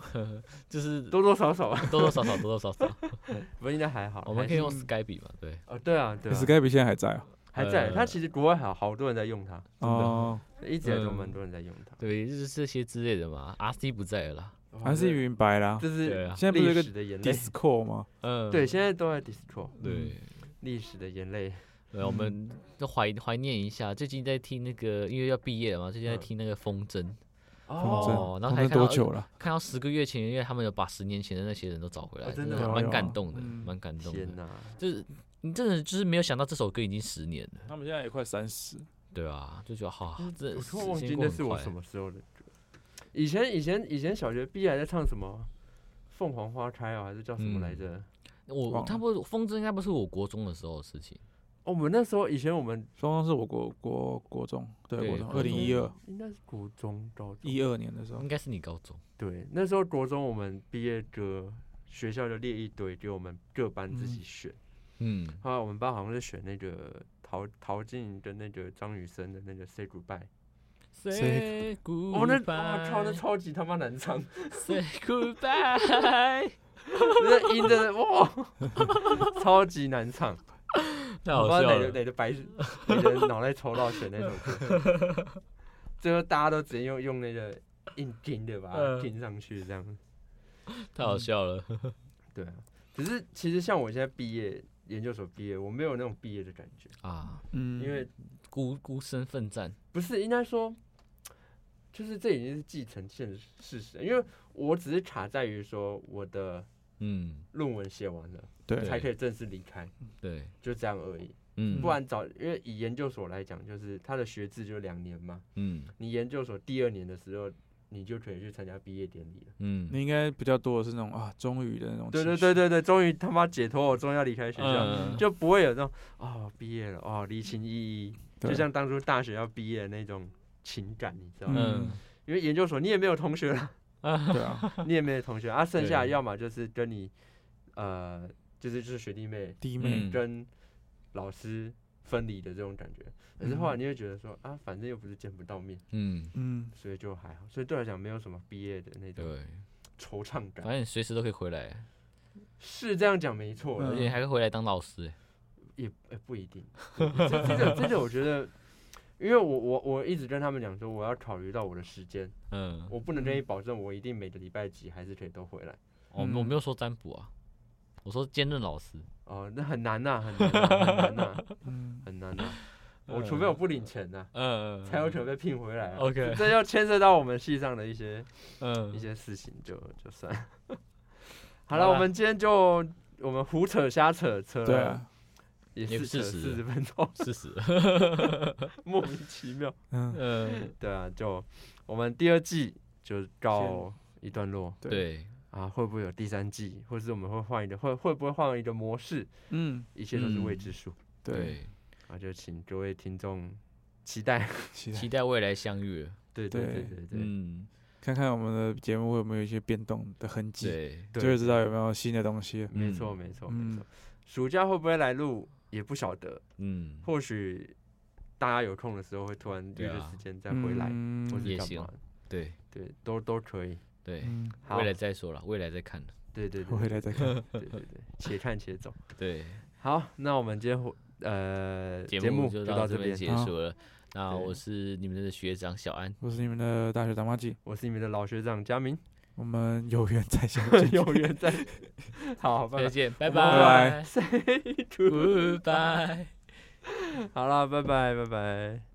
S1: 就是多
S2: 多多少少吧，
S1: 多少少多多少
S4: (laughs)
S1: 少，
S2: 不过应该还好。
S1: 我们
S2: 还
S1: 可以
S2: 是
S1: 用 Skype 嘛？对，
S2: 哦，对啊，对
S4: 可
S2: 啊，
S4: 是 Skype 现在还在哦、
S2: 还在。它
S1: 呃
S2: 其实国外好好多人在用它，
S4: 哦，
S2: 一直以来都
S1: 嗯
S2: 蛮多人在用它。
S1: 对，就是这些之类的嘛。RC 不在了啦，
S2: 哇
S4: 还是
S2: 这
S4: 云白啦。
S2: 这
S1: 对
S2: 是
S1: 啊，
S4: 现在不是有
S2: 历
S4: 一
S2: 史
S4: 个
S2: 的眼泪。
S4: Discord 吗？
S1: 嗯，
S2: 对，现在都在 Discord，
S1: 对，
S2: 历史的眼泪。
S1: 对，我们都怀怀念一下。最近在听那个，因为要毕业了嘛，最近在
S2: 嗯
S1: 听那个风筝，
S4: 哦，
S1: 然后
S4: 我
S1: 还看
S4: 们
S1: 到
S4: 多久了？
S1: 看到十个月前，因为他们有把十年前的那些人都找回来，
S2: 哦真的
S1: 的
S2: 吗
S1: 蛮
S4: 有
S1: 感
S4: 啊
S1: 动的，
S4: 嗯
S1: 蛮感动
S2: 天
S1: 的。
S2: 哪，
S1: 就是你真的就是没有想到这首歌已经十年了，
S4: 他们现在也快三十。
S1: 对啊，就觉得好，这
S2: 嗯我突
S1: 时
S2: 然忘
S1: 间
S2: 记
S1: 过
S2: 那
S1: 很
S2: 是我
S1: 快
S2: 什么时候的歌。以前以前以前小学毕业还在唱什么《凤凰花开》啊，还是叫什么来
S1: 嗯
S2: 着？
S1: 我
S4: 忘
S1: 他
S4: 了
S1: 不风筝应该不是我国中的时候的事情，
S2: 哦，我们那时候以前我们
S4: 双双是我国国国中，对
S1: 对
S4: 国中，
S1: 国
S4: 二
S1: 中
S4: 零一二
S2: 应该是国中、高中。
S4: 一二年的时候
S1: 应，该是你高中。
S2: 对，那时候国中我们毕业歌，学校就列一堆给我们各班自己
S4: 嗯
S2: 选。
S1: 嗯，
S2: 后来我们班好像是选那个陶陶晶莹跟那个张雨生的那个《Say Goodbye》。
S1: Say
S2: 哦，那
S1: goodbye，
S2: 哇靠，那超级他妈难唱，
S1: 嗯
S2: (laughs)
S1: Say goodbye，
S2: 那音真的哇， (laughs) 超级难唱。
S1: 太好
S2: 我不
S1: 笑
S2: 知道哪个
S1: 了。
S2: 哪个白痴，哪个脑袋抽到选那首歌，最后大家都直接用用那个硬钉的把它
S1: 嗯
S2: 钉上去，这样。
S1: 太好笑了。
S2: 对啊，只是其实像我现在毕业，研究所毕业，我没有那种毕业的感觉，
S1: 啊，
S4: 嗯，
S2: 因为
S1: 孤孤身奋战，
S2: 不是应该说，就是这已经是既成现实事实了，因为我只是卡在于说我的
S1: 嗯，
S2: 论文写完了
S4: 对
S2: 才可以正式离开，
S1: 对，
S2: 就这样而已。
S1: 嗯，
S2: 不然早，因为以研究所来讲，就是它的学制就两年嘛，
S1: 嗯
S2: 你研究所第二年的时候，你就可以去参加毕业典礼了。
S1: 嗯，
S4: 你应该比较多的是那种啊，终于的那种。
S2: 对对对，对对，终于他妈解脱，我终于要离开学校，
S1: 嗯
S2: 就不会有那种哦毕业了哦离情依依，
S4: 对
S2: 就像当初大学要毕业的那种情感，你知道吗？
S1: 嗯
S4: 嗯，
S2: 因为研究所你也没有同学了，
S4: 对啊，
S2: (laughs) 你也没有同学啊，剩下的
S1: 对
S2: 要么就是跟你呃就是就是学弟妹
S4: 弟妹，
S1: 嗯
S2: 跟老师分离的这种感觉，可是后来
S4: 嗯
S2: 你会觉得说啊反正又不是见不到面，
S1: 嗯，
S4: 嗯，
S2: 所以就还好，所以对我来讲没有什么毕业的那种
S1: 对，
S2: 惆怅感
S1: 反，正你随时都可以回来，
S2: 是这样讲没错，
S4: 嗯
S1: 而且你还可以回来当老师。欸
S2: 也、呃不一定。对这这个这个，我觉得，因为我我我一直跟他们讲说，我要考虑到我的时间，
S1: 嗯，
S2: 我不能跟你保证我一定每个礼拜几还是可以都回来。
S1: 我哦我没有说占卜啊，我说兼任老师。
S2: 哦，那很难呐、很难呐、很难呐、
S4: 嗯，
S2: 很难呐、我除非我不领钱呐、
S1: 嗯，
S2: 才有可能被聘回来、啊。
S1: OK
S2: 这要牵涉到我们系上的一些一
S1: 嗯，
S2: 些事情就，就
S1: (laughs)
S2: 算了。好
S1: 好
S2: 了，
S1: 啦
S2: 我们今天就我们胡扯瞎扯扯
S4: 对
S2: 了，
S4: 啊，
S2: 也
S1: 也
S2: 是啊扯
S1: 40
S2: 四十分钟，
S1: 事实。
S2: 莫名其
S1: (laughs)
S2: 妙。
S4: 嗯，
S1: 嗯，
S2: 对啊，就我们第二季就告一段落
S4: 对
S1: 对，
S2: 啊，会不会有第三季，或是我们会换一个，会会不会换一个模式，
S4: 嗯，
S2: 一切都是未
S1: 嗯
S2: 知数、
S4: 对，，
S2: 啊，就请各位听众期待， (laughs)
S4: 期待
S1: 期待未来相遇。
S2: 对对对
S4: 对
S2: 对对，
S1: 嗯，
S4: 看看我们的节目会有没有一些变动的痕迹，
S1: 对，
S4: 就
S2: 对
S4: 会知道有没有新的东西了。
S2: 没错
S1: 嗯
S2: 没错没
S4: 嗯
S2: 错，暑假会不会来录也不晓得，
S1: 嗯，
S2: 或许大家有空的时候会突然约
S1: 对
S2: 个
S1: 啊
S2: 时间再回来，
S4: 嗯
S2: 或是
S1: 也
S2: 干
S1: 行
S2: 嘛，
S1: 对
S2: 对，都都可以，
S1: 对，
S4: 嗯，
S2: 好
S1: 未，来再说了，未来再看了。
S2: 对
S1: (laughs)
S2: 对对
S4: 我回来再看。
S2: 对对对，且看且走。
S1: 对，
S2: 好，那我们今天活呃
S1: 节
S2: 目
S1: 就
S2: 到
S1: 到
S2: 这
S1: 这边
S2: 边，
S1: 结
S4: 好
S1: 束了。那
S2: 对
S1: 我是你们的学长小安，
S4: 我是你们的大学长妈记，
S2: 我是你们的老学长佳明， (laughs)
S4: 我们有缘再相见
S2: 有。
S1: (laughs)
S2: 缘再好，拜
S1: 再 (laughs)
S2: 拜
S1: 见，拜
S2: 拜
S1: 拜
S2: ，Say goodbye
S1: ，Goodbye。
S2: 好了，拜拜，拜拜。